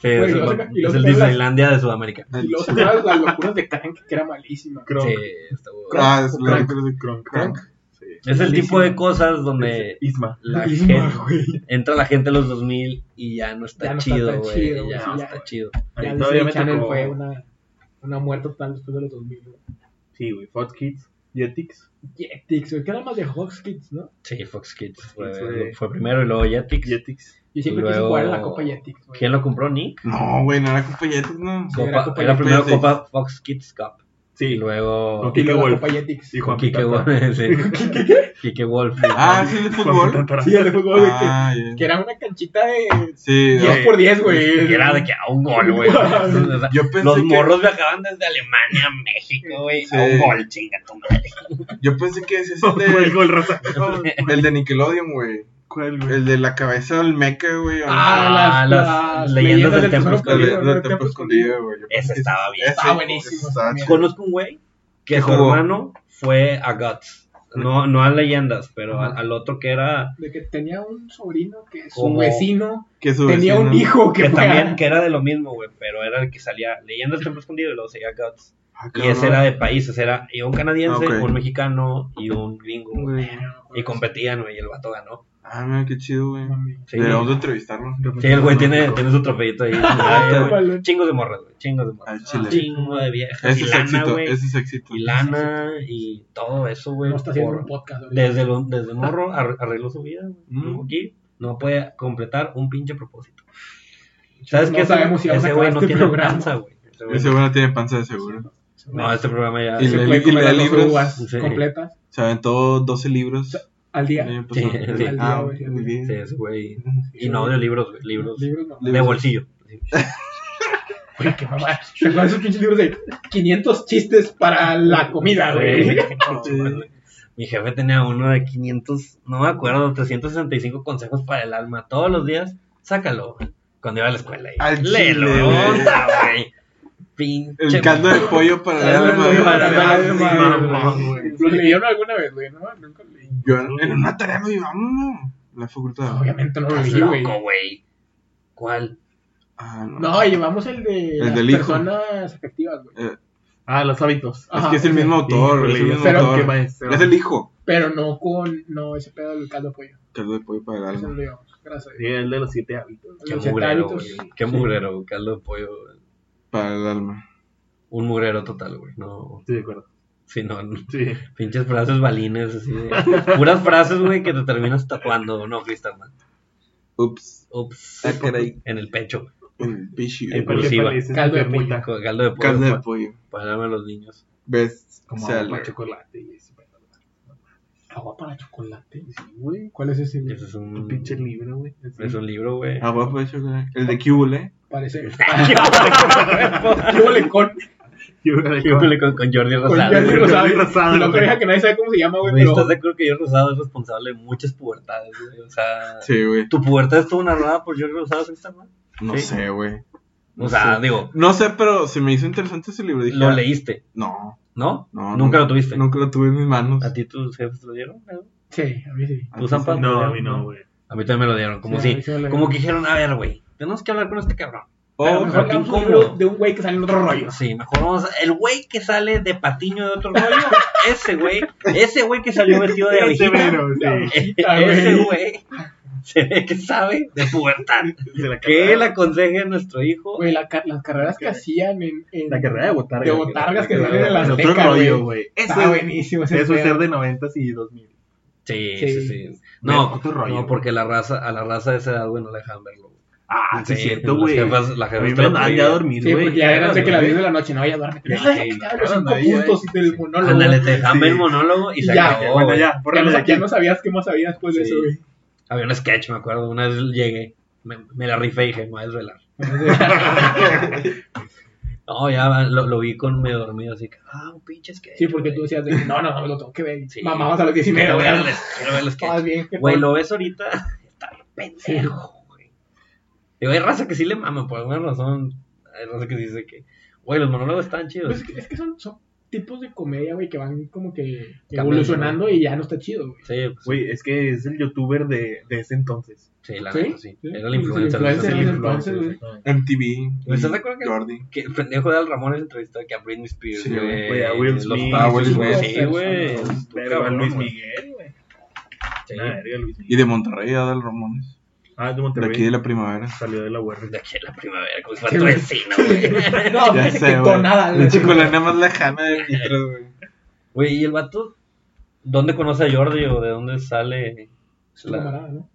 Sí,
Güey,
es,
lo
el-
saca- y lo
es el
saca-
Disneylandia de Sudamérica.
Y luego sabes las locuras de Crank, que era malísima.
Sí,
Kronk.
está bueno.
[laughs] Ah, es la
Crank.
película de Cronk. Crank.
Es el tipo de cosas donde
Es Isma.
la
Isma,
gente, entra la gente a los 2000 y ya no está
Ya no está
chido,
tan
güey.
chido,
Ya
sí,
no
ya.
está chido.
Ya
Ahí
el
todavía
Disney
me
Channel
tocó.
fue una, una muerte total después de los 2000. güey.
Sí, güey. Fox Kids. Jetix.
Jetix, güey, que era más de Hawks Kids, ¿no?
Sí, Fox Kids fue,
Kids, güey.
fue primero y luego Jetix.
Jetix.
Yo siempre
Luego-
quise jugar a la Copa Jetix, güey.
¿Quién lo compró? Nick.
No, güey, no era con folletos, no.
Sí, era
Copa,
Copa
era
Jetix.
primero
Sí.
Copa Fox Kids Cup. Y
Sí,
luego.
Con
Y
Kike
luego la
Wolf.
Copa Jetix.
Y
Con
Juan
Kike
Pitatán.
[laughs] Wolf. sí. Kike Wolf.
Ah, sí, de
Juan
fútbol.
Pitatán.
[laughs] Sí, el fútbol, güey, que-
Ah,
que
ya.
era una canchita de [laughs]
Sí,
Yeah.
10 por 10, güey.
Que era de que a un gol, güey. O sea,
Yo pensé
los
que-
morros viajaban desde Alemania a México, güey. A
Sí.
un gol, chinga tu madre.
yo pensé que ese es
[laughs]
el
Fue el
de,
gol, raza.
el de Nickelodeon, güey.
¿Cuál, güey?
El de la cabeza del meca, güey. o no sé.
Ah,
Ah,
las,
las
las
leyendas del templo
El
tesoro
de-
escondido,
perdido,
del
¿no?
templo escondido, güey. Yo
Ese
pensé-
estaba bien.
ese-
Ah, buenísimo.
estaba
También.
chido.
Conozco un güey que
¿Qué
su
jugó?
hermano fue a Guts. No, no a leyendas, pero a-
Ajá.
al otro que era.
De que tenía un sobrino que su
Como-
vecino
Que su
tenía
vecino-
un hijo que,
Que
fue a-
también que era de lo mismo, güey. Pero era el que salía Leyendas del Templo Escondido y luego seguía Guts.
Ah,
Y ese
cabrón.
era de países, era y un canadiense,
Ah, ok.
un mexicano y un gringo. güey.
Güey.
Y competían, güey, y el vato ganó.
Ah, mira, qué chido, güey.
Mami.
Sí, pues,
Deberíamos de entrevistarlo.
Sí, el güey tiene, tiene su trofeito
[laughs]
ahí.
güey.
chingos de morras, güey, chingos de
Al
morras.
chile.
Chingo de viejas.
Ese
Y
es
lana,
éxito,
güey.
ese es éxito.
Y lana y todo eso, güey.
No está haciendo
por-
un podcast. ahorita.
Desde, lo-
Ah.
desde morro ar- arregló su vida, güey.
Mm.
Luego Aquí no puede completar un pinche propósito. ¿Sabes
no
qué? Ese-
sabemos si vamos a
Ese
acabar
güey no
este
tiene
programa.
panza, güey. Ese güey
Ese
no-
güey no tiene panza de seguro.
No, este programa ya...
Y
Se
Ah, le-
puede
y
comer
le
las dos
libras.
uvas
Sí.
completas
Se aventó 12 libros.
al
el
día.
año pasado.
Sí, sí.
Ah,
Al
muy
día, güey.
Sí,
bien.
ese güey. Y no de libros, güey, libros.
Libros no.
De bolsillo.
Güey, qué mamá. Se acuerdan esos pinches libros de 500 chistes para la
[laughs]
comida, güey.
Mi jefe tenía uno de 500, no me acuerdo, 365 consejos para el alma. Todos los días, sácalo, güey. Cuando iba a la escuela. y
Al
Léelo,
chile, güey.
onda, güey. Pinche.
El caldo de pollo para el
Caldo de
alma.
pollo para el
Ah,
alma,
sí,
güey.
mamón, güey.
[laughs] ¿Lo leyeron alguna vez, güey? No, nunca lo leí.
Yo en una tarea me iba, mm, la facultad.
Obviamente no lo
Estás
leí, güey.
loco, güey. ¿Cuál?
Ah, no.
No, llevamos el de
El
las
del hijo.
personas afectivas, güey.
Eh,
Ah, los hábitos.
es
Ajá,
que es el
o sea,
mismo autor,
híjole,
es el mismo
pero
autor.
qué maestro.
Es el hijo.
Pero no con no ese pedo del caldo de pollo.
Caldo de pollo para el
Eso no
alma.
lo llevamos. Gracias.
Sí, el de los siete hábitos.
Qué
Los siete
mugrero,
hábitos.
güey. Qué mugrero, güey. caldo de pollo. güey.
Para el alma.
Un mugrero total, güey. No,
Estoy de acuerdo.
si no, no.
Sí.
pinches frases balines, así de- Puras frases, güey, que te terminas tatuando, ¿no, Cristalman?
Ups.
Ups.
Ah, caray.
En el pecho.
El pichi.
En
¿Por qué
Cursiva.
pareces
Caldo de
piernita?
Con Caldo de pollo.
Caldo de
pa-
pollo.
Para darme a los niños.
Best
Como agua,
seller.
chocolate y eso.
Agua para chocolate.
Sí, güey.
¿Cuál es ese?
Ese es
Un
un,
pinche libro, güey.
es un libro, güey.
Ah, guapo de chocolate. El de Cubule.
[laughs]
Parece. [laughs] Yo le con,
Yo le [laughs] con, con Jordi
con
Rosado.
Jordi
güey.
Rosado.
Jordi Rosado,
No
güey.
creía que nadie sabe cómo se llama, güey.
Güey, ¿Estás de
Pero
acuerdo que Jordi Rosado es responsable de muchas pubertades, güey? O sea,
Sí, güey.
¿tu pubertad estuvo narrada por Jordi Rosado, Cristalman?
No
Sí.
sé, güey.
O sea, digo,
No sé, pero se me hizo interesante ese libro. Dije,
lo
ah,
leíste,
No,
¿no?
no.
Nunca lo tuviste.
Nunca lo tuve en mis manos.
¿A ti tus jefes te lo dieron? Edu?
sí, a mí sí.
¿Tú, Zampa?
No, a mí no, güey.
A mí también me lo dieron. Como
Sí, a mí
si,
sí me lo
como
dieron.
que dijeron, a ver, güey, tenemos que hablar con este cabrón.
Oh,
Pero mejor
qué
hablamos un
incómodo.
libro de un güey que sale en otro rollo.
Sí, mejor vamos. a- El güey que sale de patiño de otro rollo, [laughs] ese güey, ese güey que salió vestido de
Ese
abejita,
Este mero, sí.
e-
Ah, güey.
ese güey se ve que sabe de pubertad.
Se la
Que él
carrera-
aconseje a nuestro hijo.
Güey, la ca- las carreras que hacían en. en-
La carrera de botargas.
De botargas que
La
salen en
carrera
las
de otro
tecas,
rollo,
güey.
güey.
Está
Eso es
buenísimo ese
eso es
pedo.
ser de 90 y 2000.
Sí,
Sí.
sí, sí. No,
Otro rollo.
no, porque la raza, a la raza de esa edad, güey, no le dejaban verlo. güey.
Ah, sí, es cierto,
las
güey.
jefas- las
A
jefas
mí
te
me
lo
mandaban ya a
prohibían.
dormir,
Sí,
güey.
porque ya eran de que las 10
güey.
de la noche, no, ya duérmete.
Sí,
Ay,
sí,
ya los
no,
cinco
ahí,
puntos del monólogo.
Ándale, te dejaban
Sí.
ver el monólogo y se
Ya,
acabó,
Oh, Bueno,
güey.
ya,
Ya
por
no,
de
sa- ya
aquí.
no sabías qué más sabías después de
Sí.
eso, güey.
Había un sketch, me acuerdo. Una vez llegué, me, me la rifé y dije, me voy a desvelar. No, ya lo, lo vi con medio dormido, así que, ah, un pinche sketch.
Sí, porque tú decías, de que, no, no, no, lo tengo que ver.
Sí.
Mamabas a los 19,
Quiero
güey.
verles, quiero verles que.
Estabas bien, que
Güey, lo ves ahorita, [laughs] está bien pendejo, güey. Digo, hay raza que sí le mama, por alguna razón. Hay raza que dice que, güey, los monólogos están
Pues
chidos.
es que, es que son, son tipos de comedia, güey, que van como que
Cambiando,
evolucionando y ya no está chido, güey.
Sí, pues,
Güey, es que es el youtuber de, de ese entonces.
sí, la
¿Sí?
neta, sí.
Sí.
Era el
Sí,
influencer. de
el influencer,
ese
el
tiempo.
influencer, güey.
exactamente.
MTV.
¿Estás de acuerdo que-
Jordi.
Que el pendejo de Al Ramones entrevistó aquí a Britney Spears,
Sí,
güey.
güey, a Will
Los
Smith.
Power
A Will
Rangers,
Smith.
Sí, güey.
Pero
Estuvo
Pero
cabrón,
Luis
güey.
Miguel, güey.
Sí.
La verga, Luis
Y
Miguel.
de Monterrey, Adal Ramones.
Ah,
De aquí
de
de
Monterrey.
la primavera.
Salió de la UR.
De aquí a la primavera, como si fuera tu vecino, güey.
[laughs] No,
Ya
no se
sé,
quitó
güey.
nada,
La
güey.
chicolana más lejana de Mitras,
[laughs]
güey.
[laughs] Güey, ¿y el vato? ¿Dónde conoce a Jordi o de dónde sale?
Su
la-
camarada, ¿no?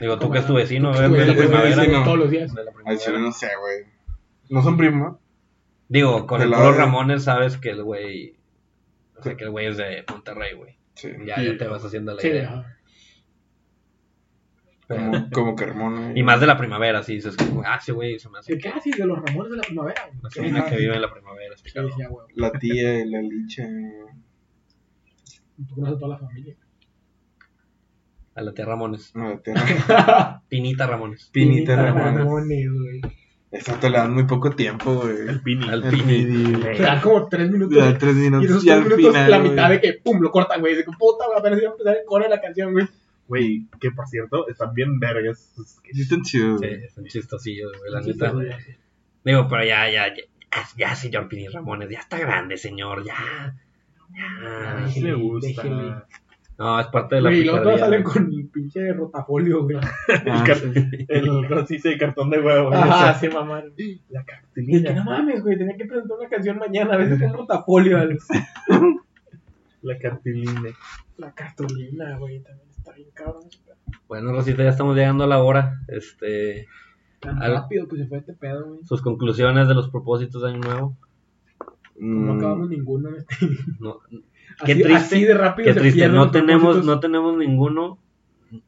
Digo, tú que es tu vecino,
Tú
a ver,
que
de
es
la
tu vecino,
primavera.
vecino.
Todos los días.
De la
Al chile
primavera.
no sé, güey. ¿No son primos?
Digo, con
Te
el
la
puro
doy.
Ramones sabes que el güey. O sea, que el güey es de Monterrey, güey.
Sí.
Ya, ya te vas haciendo la
Sí,
idea.
ajá.
[laughs]
Como, como eh, Carmona.
Y más de la primavera, sí, dices, como, ah, sí, güey, se me hace
Sí,
que.
casi de los Ramones de la primavera, güey.
Se me hace que vive en la primavera, este
Sí,
cabrón.
ya, güey.
La tía y la licha.
Tú conoces a toda la familia.
A la tía Ramones.
No, la
[laughs]
tía.
Pinita Ramones.
Pinita Ramones.
Ramones, güey.
Exacto, le dan muy poco tiempo, güey.
El Pini.
Al
El
Pini.
Pini.
Te dan como tres minutos.
Le dan tres
Y
minutos
esos
y
tres
al
minutos,
final.
la mitad
güey,
de que pum, lo cortan, güey. Dice que puta, güey, apenas iba a empezar el coro de la canción, güey.
Güey, que por cierto, están bien vergas. sus sketches.
Sí, están chidos,
Sí, [laughs]
güey.
son chistosillos, güey, la
Sí,
neta.
sí, sí.
Digo, pero ya, ya, ya, ya, ya, señor Pini Ramones, ya está grande, señor, ya.
A
Ya.
mí Ah, sí me
déjenle.
gusta.
No, es parte de la
Güey, y luego todos
picardía,
salen
güey.
con el pinche rotafolio, güey.
Ah,
El, car- [laughs] el rosita de cartón de huevo.
Ah,
[laughs] Ajá, se mamaron.
La
Y que
cactilina.
no mames, güey, tenía que presentar una canción mañana, a veces con
[laughs]
rotafolio. al-
La cartilina.
La cartulina, güey, también está bien cabrón.
Bueno, Rosita, ya estamos llegando a la hora. Este,
Tan
Al-
rápido que se fue este pedo, güey.
sus conclusiones de los propósitos de Año Nuevo.
No
mm,
acabamos ninguno. güey.
No,
Así,
triste,
así de rápido
qué
se
triste,
pierden
no
los
tenemos,
propósitos.
no tenemos ninguno.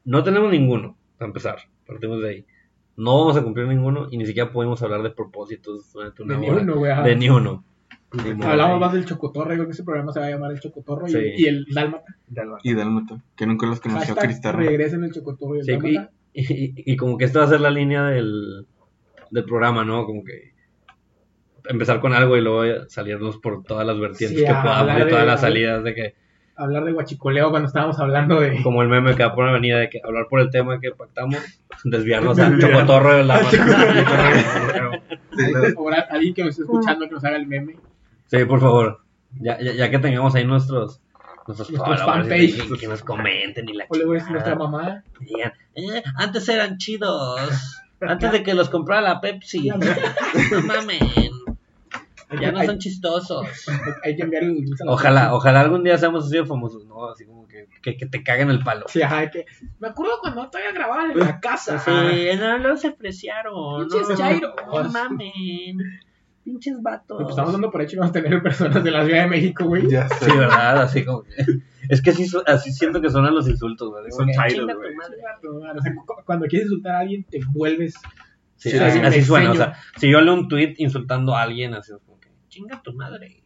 No tenemos ninguno, para empezar. Partimos de ahí. No vamos a cumplir ninguno y ni siquiera podemos hablar de propósitos durante una
De ni
hora.
uno, güey, ajá.
De ni uno. Ni modo.
Hablamos más del chocotorro, creo que ese programa se va a llamar El Chocotorro y-
Sí.
y, el Dálmata.
Y Dalmata, que nunca los conoció a
Hashtag
Cristiano.
regresen el Chocotorro y el
Sí, y,
Dálmata.
y- y como que esta va a ser la línea del, del programa, ¿no? Como que empezar con algo y luego salirnos por todas las vertientes
Sí,
que
a
podamos
hablar
y todas
de-
las salidas de que
Hablar de guachicoleo cuando estábamos hablando de...
como el meme que va por la avenida de que hablar por el tema que pactamos, [laughs] desviarnos
[laughs]
al chocotorro de la
Hay que cobrar a alguien que nos esté escuchando que nos haga el meme.
[laughs] Sí, por favor. Ya, ya, ya que tengamos ahí nuestros nuestros
Nuestros
followers,
fanpage.
y que, que nos comenten y la
Followers,
chingada,
nuestra mamá.
que digan, "Eh, antes eran chidos. Antes de que los comprara la
[laughs]
Pepsi. [laughs] No mamen. [laughs]
Hay,
Ya
que,
no
hay-
son chistosos.
hay- hay que enviar el dulce a la
Ojalá, ojalá algún día seamos así de famosos, ¿no? Así como que, que, que te caguen el palo.
Sí, ajá, hay que... Me acuerdo cuando estaba grabando en la casa.
Ah.
Pues
no los apreciaron. [laughs]
Pinches chairos.
mamen. Pinches vatos.
Pues estamos dando por hecho que vamos a tener personas de la Ciudad de México, güey.
Ya sé.
Sí, ¿verdad? Así como que... [laughs] Es que así, su- así siento que sonan los insultos, ¿verdad?
Son chairos, güey.
O sea, cu- cuando quieres insultar a alguien, te vuelves.
Sí,
Sí,
así,
sí,
así
me
suena. O
enseño.
sea, si yo leo un tweet insultando a alguien, así es como que... Chinga tu madre.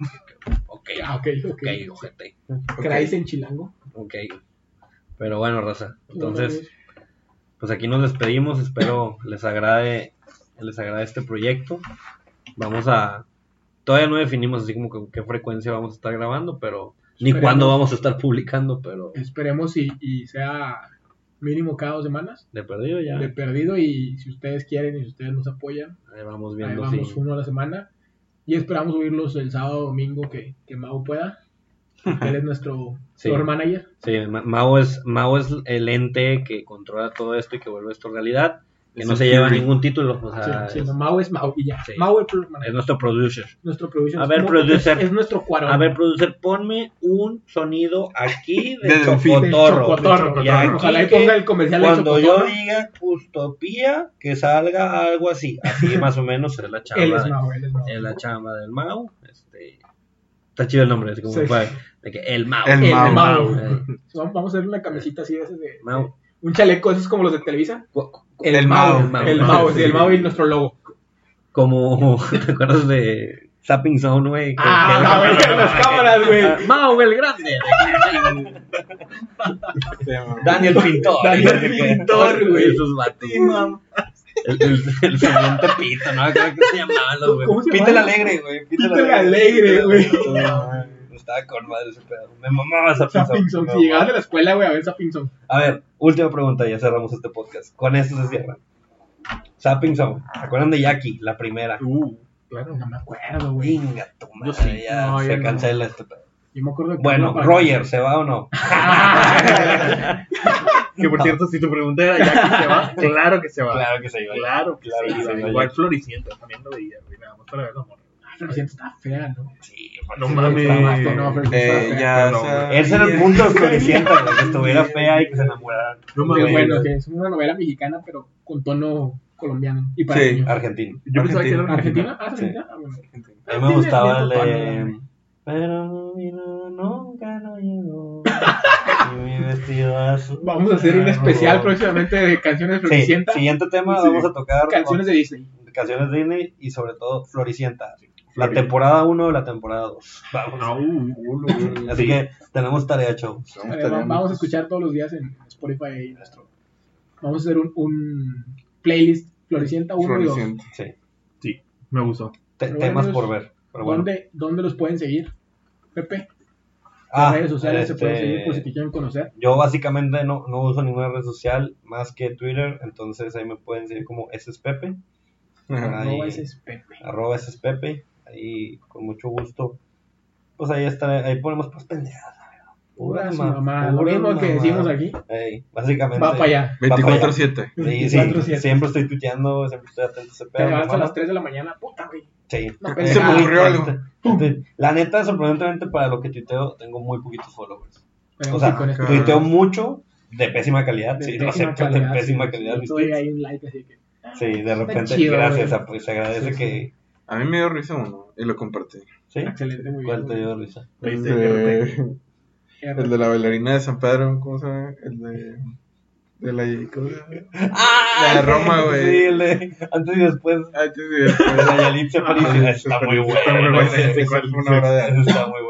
Ok,
Ah, ok, ok.
ok, ojete.
Ok.
Creáis en Chilango.
Ok. Pero bueno, raza. Entonces... pues aquí nos despedimos, espero les agrade, les agrade este proyecto. Vamos a, todavía no definimos así como que- qué frecuencia vamos a estar grabando, pero ni
Esperemos.
cuándo vamos a estar publicando, pero
Esperemos y, y sea mínimo cada dos semanas.
de perdido ya,
De perdido, y si ustedes quieren y si ustedes nos apoyan,
ahí vamos
ahí
viendo
vamos
si
uno a la semana. Y esperamos subirlos el sábado domingo que, que
[laughs]
Mau pueda. Él es nuestro
Sí.
tour manager.
sí, Ma- Mao es Mao es el ente que controla todo esto y que vuelve esto realidad, que
Es
no
el
se lleva
Fury.
ningún título, o sea,
Sí, sí,
Ah, es,
no, Mau es Mau y ya.
Sí.
Mau es tour
es
manager.
nuestro producer.
Nuestro producer.
A
Es
ver,
como-
producer.
Es, es nuestro cuarón.
A ver, producer, ponme un sonido
[laughs]
aquí de
Del fin.
Del
chocotorro.
chocotorro.
Y aquí
Ojalá y
que-
ponga el comercial del
Cuando yo
chocotorro.
diga Custopía, que salga algo así.
[laughs]
Así más o menos es la
Él es
chamba.
Mau, él es Mau.
de- es la chamba del Mau. Este, está chido el nombre, así como
Sí.
fue, de que el Mau.
El
El
Mau.
Mau.
Eh,
Vamos vamos a hacer una camisita así de esas de.
Mau.
Un chaleco, esos como los de Televisa.
Cu- cu-
El Mau.
El Mau, sí, el Mau y nuestro logo.
[laughs] Como, ¿te acuerdas de Zapping Zone, güey. que- que-
Ah, güey, en las cámaras, güey.
Mau el grande. Daniel Pintor.
Daniel Pintor, güey.
Esos vatos. El, el, el siguiente Pito, ¿no? Creo que se llamaban los, güey.
¿Cómo se
Pito el
llamaba?
Alegre, güey.
Pito el Alegre, güey.
No, Estaba con madre ese pedo. Me mamaba Zapping Zone.
Sapinson,
Me
si llegabas
mamaba.
de la escuela, güey, a ver Sapinson.
A ver, última pregunta, ya cerramos este podcast. Con esto se cierra. Zapping Zone. ¿Se acuerdan de Jackie? La primera.
Uh, claro.
No me acuerdo, güey.
Venga, tu madre,
Yo sí.
ya
No, yo
se
no.
cancela este pedo.
Yo me acuerdo que Ah.
Bueno,
iba para-
Roger, ¿se va o no?
Que por cierto, si tu pregunta era ya que se [laughs] va, claro que se va.
Claro que se iba.
Claro, que
Claro
se
que
iba.
se iba.
Igual Floricienta también lo veía, güey. Nada más para ver la morra.
Ah, Floricienta está fea, ¿no?
Sí,
No
sí,
mames.
está mal.
No, no, Floricienta está
Eh,
fea.
ya
no,
sabía.
Ese era el punto de Floricienta, güey, que estuviera fea y que se enamorara.
No
Pero
mames.
bueno, que es una novela mexicana, pero con tono colombiano. Y para
Sí.
niños.
Argentino.
Yo pensaba que era
¿Argentina? Ah,
Sí.
Argentina. Ah, bueno.
A mí me gustaba el de...
Argentina.
Pero no vino, nunca no
[laughs]
llegó. Y mi vestido azul.
Vamos a hacer
Ah,
un especial próximamente de canciones de
Sí,
Floricienta.
siguiente tema,
Sí.
vamos a tocar
Canciones de Disney.
canciones Disney y sobre todo Floricienta. La
Floricienta.
temporada 1 o la temporada 2. Vamos.
No, uh, uh, uh, uh.
Así que tenemos tarea show.
Eh, va- Vamos a escuchar todos los días en Spotify y nuestro. Vamos a hacer un, un playlist Floricienta 1 y 2.
Floricienta.
Sí.
Sí, me gustó.
Te-
Pero
temas
bueno,
por ver. Pero bueno.
¿Dónde, ¿Dónde los pueden seguir? Pepe,
Ah,
redes sociales se pueden
este,
seguir por si te quieren conocer.
Yo básicamente no, no uso ninguna red social más que Twitter, entonces ahí me pueden seguir como ese es Pepe,
Ajá.
ahí.
No, ese es Pepe.
arroba ese es Pepe, ahí con mucho gusto. Pues ahí está, ahí ponemos pues pendejadas, la verdad.
Pura
ma-
mamá. Lo
pura
mismo que
mamá.
decimos aquí.
Ey, básicamente.
Va para allá.
Va para allá.
24-7.
Sí, sí,
24/7.
siempre estoy tuiteando, siempre estoy atento a ese
Te
pedo.
levantas a
hermano.
las 3 de la mañana. Puta, güey.
Sí.
No,
Se me
pendeja.
ocurrió algo.
Entonces, La neta, sorprendentemente para lo que tuiteo, tengo muy poquitos followers.
Pero
O
sí,
sea, [laughs]
con esto-
Claro.
tuiteo mucho de pésima calidad,
de
sí, lo
pésima
acepto, de
calidad,
pésima
sí.
calidad.
Yo
mis
tuve
tweets.
ahí un like, así que.
Sí, de repente,
chido,
gracias,
güey.
a- pues, se agradece
Sí,
que...
A mí me dio risa uno y lo compartí. Este,
¿Sí?
Excelente, muy bien.
¿Cuál te dio risa?
PlayStation.
El de la bailarina de San Pedro, ¿cómo se llama? El de. De la. ¿cómo se llama?
¡Ah!
La de Roma, güey.
[laughs] Sí, el de antes y después
Ah, sí, sí, sí.
de la [laughs] Yalitza Aparicio. Está muy bueno.
Está muy bueno,
ese-
sí,
ese
sí,
fue
sí.
una obra de arte, Está muy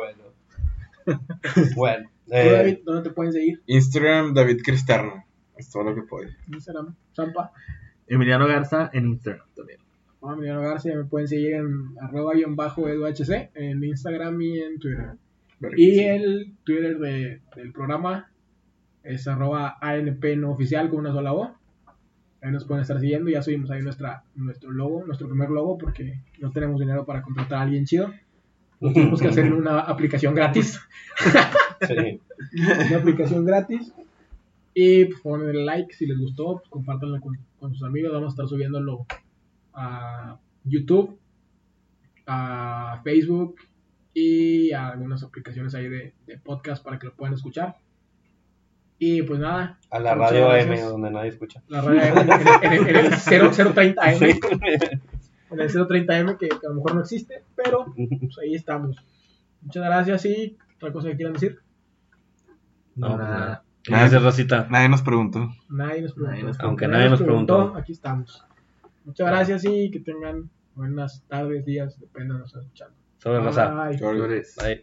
bueno.
[laughs]
Bueno,
¿Tú, David,
eh,
dónde te pueden seguir?
Instagram David Cristerna. Es todo lo que puede.
Instagram, Zampa.
Emiliano Garza en Instagram también.
Ah, Emiliano García, me pueden seguir en arroba guión bajo eduhc, en Instagram y en Twitter. Y el Twitter de- del programa es arroba ANP no oficial con una sola O. Ahí nos pueden estar siguiendo. Ya subimos ahí nuestra, nuestro logo, nuestro primer logo, porque no tenemos dinero para contratar a alguien chido. Lo tenemos que hacer en una aplicación gratis.
sí.
Una aplicación gratis. Y pues, ponenle like si les gustó, pues, compártanlo con, con sus amigos. Vamos a estar subiéndolo a YouTube, a Facebook y a algunas aplicaciones ahí de, de podcast para que lo puedan escuchar. Y pues nada,
A la
Muchas
radio AM,
gracias.
donde nadie escucha.
la radio AM en, el- en el 0030M,
[laughs]
en el 030M que, que a lo mejor no existe, pero pues, ahí estamos. Muchas gracias y otra cosa que quieran decir,
No, pues nada.
Nada.
Gracias, Rosita.
Nadie nos preguntó.
nadie nos preguntó.
Nadie nos-
aunque nadie nos preguntó.
aquí estamos. Muchas gracias y que tengan buenas tardes, días, depende de nos escuchando.
Sobre Rosa.
Bye.
Sorry.
Flores.
Bye.